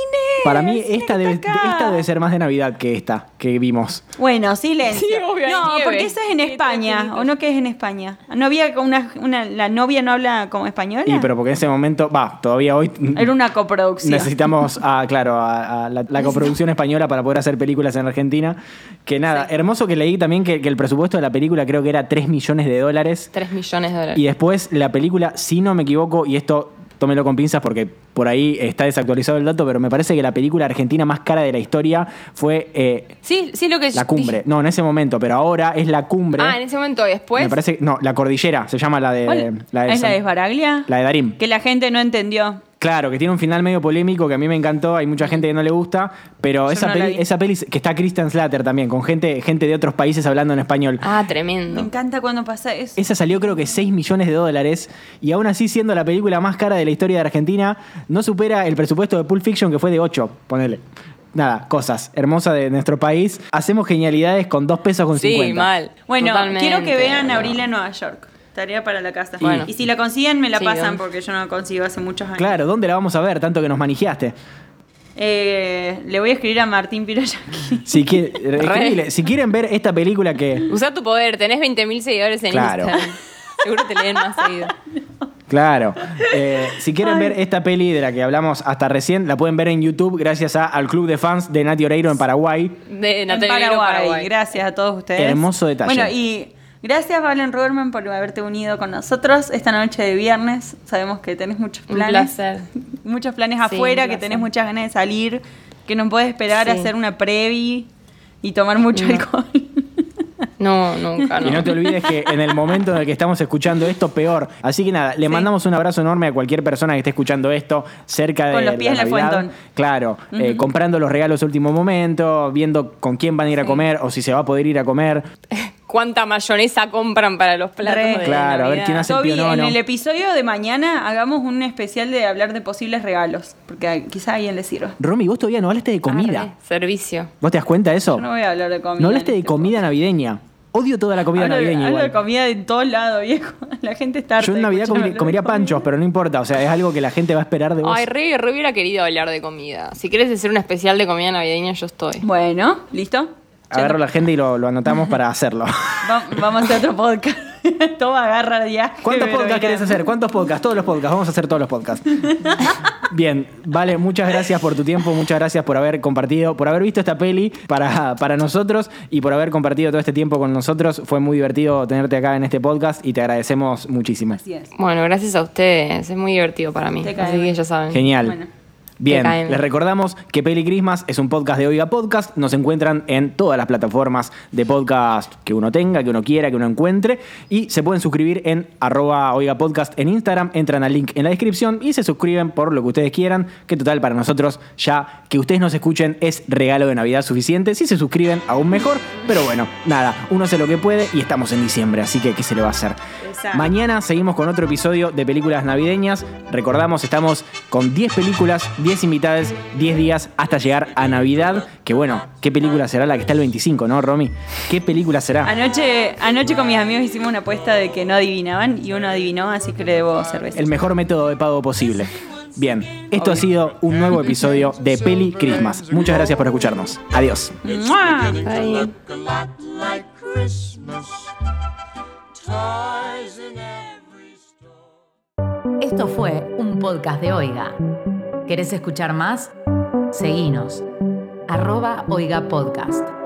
Speaker 2: Para
Speaker 4: al
Speaker 2: mí
Speaker 4: cine
Speaker 2: esta
Speaker 4: que
Speaker 2: debe,
Speaker 4: está acá.
Speaker 2: esta debe ser más de Navidad que esta que vimos.
Speaker 4: Bueno, silencio.
Speaker 3: Sí, obvio,
Speaker 4: no,
Speaker 3: nieve.
Speaker 4: porque esa es en
Speaker 3: Sí,
Speaker 4: España.
Speaker 3: tranquilito.
Speaker 4: ¿O no que es en España? ¿No había como una, una- la novia no habla como española?
Speaker 2: Y pero porque en ese momento, va, todavía hoy
Speaker 4: Era una coproducción.
Speaker 2: necesitamos, a, claro, a, a la, la coproducción española para poder hacer películas en Argentina. Que nada, hermoso que leí también que, que el presupuesto de la película creo que era 3 millones de dólares.
Speaker 3: 3 millones de dólares.
Speaker 2: Y después la película, si no me equivoco, y esto tómelo con pinzas porque por ahí está desactualizado el dato, pero me parece que la película argentina más cara de la historia fue eh,
Speaker 3: Sí, sí, lo que
Speaker 2: La
Speaker 3: yo
Speaker 2: Cumbre.
Speaker 3: dije.
Speaker 2: No, en ese momento, pero ahora es La Cumbre.
Speaker 3: Ah, en ese momento después.
Speaker 2: Me parece que- no, La Cordillera se llama la de.
Speaker 4: ¿Cuál?
Speaker 2: Eh,
Speaker 4: Ah,
Speaker 2: La de
Speaker 4: ¿Es la
Speaker 2: San-
Speaker 4: de Esbaraglia?
Speaker 2: la de Darín.
Speaker 4: Que la gente no entendió.
Speaker 2: Claro, que tiene un final medio polémico que a mí me encantó, hay mucha gente que no le gusta, pero
Speaker 4: Yo
Speaker 2: esa,
Speaker 4: no la
Speaker 2: peli,
Speaker 4: vi.
Speaker 2: esa peli que está Christian Slater también, con gente, gente de otros países hablando en español.
Speaker 3: Ah,
Speaker 4: Me
Speaker 3: tremendo.
Speaker 4: encanta cuando pasa eso.
Speaker 2: Esa salió creo que 6 millones de dólares y aún así siendo la película más cara de la historia de Argentina, no supera el presupuesto de Pulp Fiction que fue de 8, ponele. Nada, cosas hermosas de nuestro país. Hacemos genialidades con 2 pesos con
Speaker 3: Sí,
Speaker 2: 50.
Speaker 3: mal.
Speaker 4: Bueno,
Speaker 3: Totalmente.
Speaker 4: quiero que vean Abril en Nueva York. Tarea para la casa.
Speaker 3: Bueno.
Speaker 4: Y si la consiguen, me la
Speaker 3: Sí,
Speaker 4: pasan
Speaker 3: vamos.
Speaker 4: porque yo no la consigo hace muchos años.
Speaker 2: Claro, ¿dónde la vamos a ver? Tanto que nos manijeaste.
Speaker 4: Eh, le voy a escribir a Martín Pirayaki.
Speaker 2: Si, quiere- escribile. si quieren ver esta película que...
Speaker 3: Usa tu poder, tenés 20.000 seguidores en
Speaker 2: Claro.
Speaker 3: Instagram. Seguro te leen más seguido.
Speaker 2: Claro. Eh, si quieren ver esta peli de la que hablamos hasta recién, la pueden ver en YouTube gracias a- al club de fans de Nati Oreiro en Paraguay.
Speaker 3: De
Speaker 4: En
Speaker 3: Natalia Oreiro,
Speaker 4: Paraguay.
Speaker 3: Paraguay.
Speaker 4: Gracias a todos ustedes.
Speaker 2: Hermoso detalle.
Speaker 4: Bueno, y gracias, Valen Ruderman, por haberte unido con nosotros esta noche de viernes. Sabemos que tenés muchos
Speaker 3: Un
Speaker 4: planes.
Speaker 3: placer.
Speaker 4: Muchos planes
Speaker 3: Sí,
Speaker 4: afuera,
Speaker 3: un
Speaker 4: que
Speaker 3: placer.
Speaker 4: tenés muchas ganas de salir, que no podés esperar a
Speaker 3: Sí.
Speaker 4: hacer una previ y tomar mucho
Speaker 3: No.
Speaker 4: alcohol.
Speaker 3: No, nunca, no.
Speaker 2: Y no te olvides que en el momento en el que estamos escuchando esto, peor. Así que nada, le mandamos un abrazo enorme a cualquier persona que esté escuchando esto cerca de
Speaker 4: Con los pies
Speaker 2: la
Speaker 4: en la
Speaker 2: Navidad.
Speaker 4: fuentón.
Speaker 2: Claro, eh, comprando los regalos a último momento, viendo con quién van a ir a comer o si se va a poder ir a comer.
Speaker 3: ¿Cuánta mayonesa compran para los platos?
Speaker 4: Re.
Speaker 3: de
Speaker 2: Claro, a ver
Speaker 3: Navidad?
Speaker 2: quién hace-
Speaker 4: Toby,
Speaker 2: Sepio, no,
Speaker 4: en
Speaker 2: no.
Speaker 4: el episodio de mañana hagamos un especial de hablar de posibles regalos, porque a- quizá a alguien le sirva.
Speaker 2: Romy, vos todavía no hablaste de comida.
Speaker 3: Arre, Eh, Servicio.
Speaker 2: ¿Vos te das cuenta de eso?
Speaker 4: Yo no voy a hablar de comida.
Speaker 2: No hablaste
Speaker 4: en
Speaker 2: de
Speaker 4: este
Speaker 2: comida navideña. Odio toda la comida
Speaker 4: Hablo de-
Speaker 2: navideña.
Speaker 4: hablo
Speaker 2: igual.
Speaker 4: de comida de todos lados, viejo. La gente está
Speaker 2: Yo en
Speaker 4: harta de
Speaker 2: Navidad comi-
Speaker 4: escucharme hablar de
Speaker 2: comería
Speaker 4: comida.
Speaker 2: panchos, pero no importa. O sea, es algo que la gente va a esperar de vos.
Speaker 3: Ay, re, re hubiera querido hablar de comida. Si quieres hacer un especial de comida navideña, yo estoy.
Speaker 4: Bueno, ¿listo?
Speaker 2: Agarro a la gente y lo, lo anotamos para hacerlo.
Speaker 4: Va- vamos a hacer otro podcast. Toma, agarra ya.
Speaker 2: ¿Cuántos podcasts querés hacer? ¿Cuántos podcasts? Todos los podcasts. Vamos a hacer todos los podcasts. Bien, vale, muchas gracias por tu tiempo, muchas gracias por haber compartido, por haber visto esta peli para, para nosotros y por haber compartido todo este tiempo con nosotros. Fue muy divertido tenerte acá en este podcast y te agradecemos muchísimo.
Speaker 4: Así es.
Speaker 3: Bueno, gracias a ustedes. Es muy divertido para mí.
Speaker 4: Te cae
Speaker 3: Así que
Speaker 4: bien.
Speaker 3: ya saben.
Speaker 2: Genial.
Speaker 4: Bueno.
Speaker 2: Bien,
Speaker 3: Te caen.
Speaker 2: les recordamos que Peli Christmas es un podcast de Oiga Podcast. Nos encuentran en todas las plataformas de podcast que uno tenga, que uno quiera, que uno encuentre. Y se pueden suscribir en arroba Oiga Podcast en Instagram. Entran al link en la descripción y se suscriben por lo que ustedes quieran. Que total, para nosotros ya que ustedes nos escuchen es regalo de Navidad suficiente. Si se suscriben, aún mejor. Pero bueno, nada, uno hace lo que puede y estamos en diciembre, así que ¿qué se le va a hacer?
Speaker 4: Exacto.
Speaker 2: Mañana Mañana seguimos con otro episodio de películas navideñas. Recordamos, estamos con 10 películas, 10 invitadas, 10 días hasta llegar a Navidad. Que bueno, ¿qué película será la que está el 25, no, Romy? ¿Qué película
Speaker 4: Ah,
Speaker 2: será?
Speaker 4: Anoche, anoche con mis amigos hicimos una apuesta de que no adivinaban y uno adivinó, así que le debo cerveza.
Speaker 2: El mejor método de pago posible. Bien, esto ha sido un nuevo episodio de Peli Christmas. Muchas gracias por escucharnos. Adiós.
Speaker 4: ¡Mua!
Speaker 3: Ay.
Speaker 8: look a lot like Christmas. Toys in every store.
Speaker 1: Esto fue un podcast de Oiga. ¿Querés escuchar más? Seguinos. Arroba Oiga Podcast.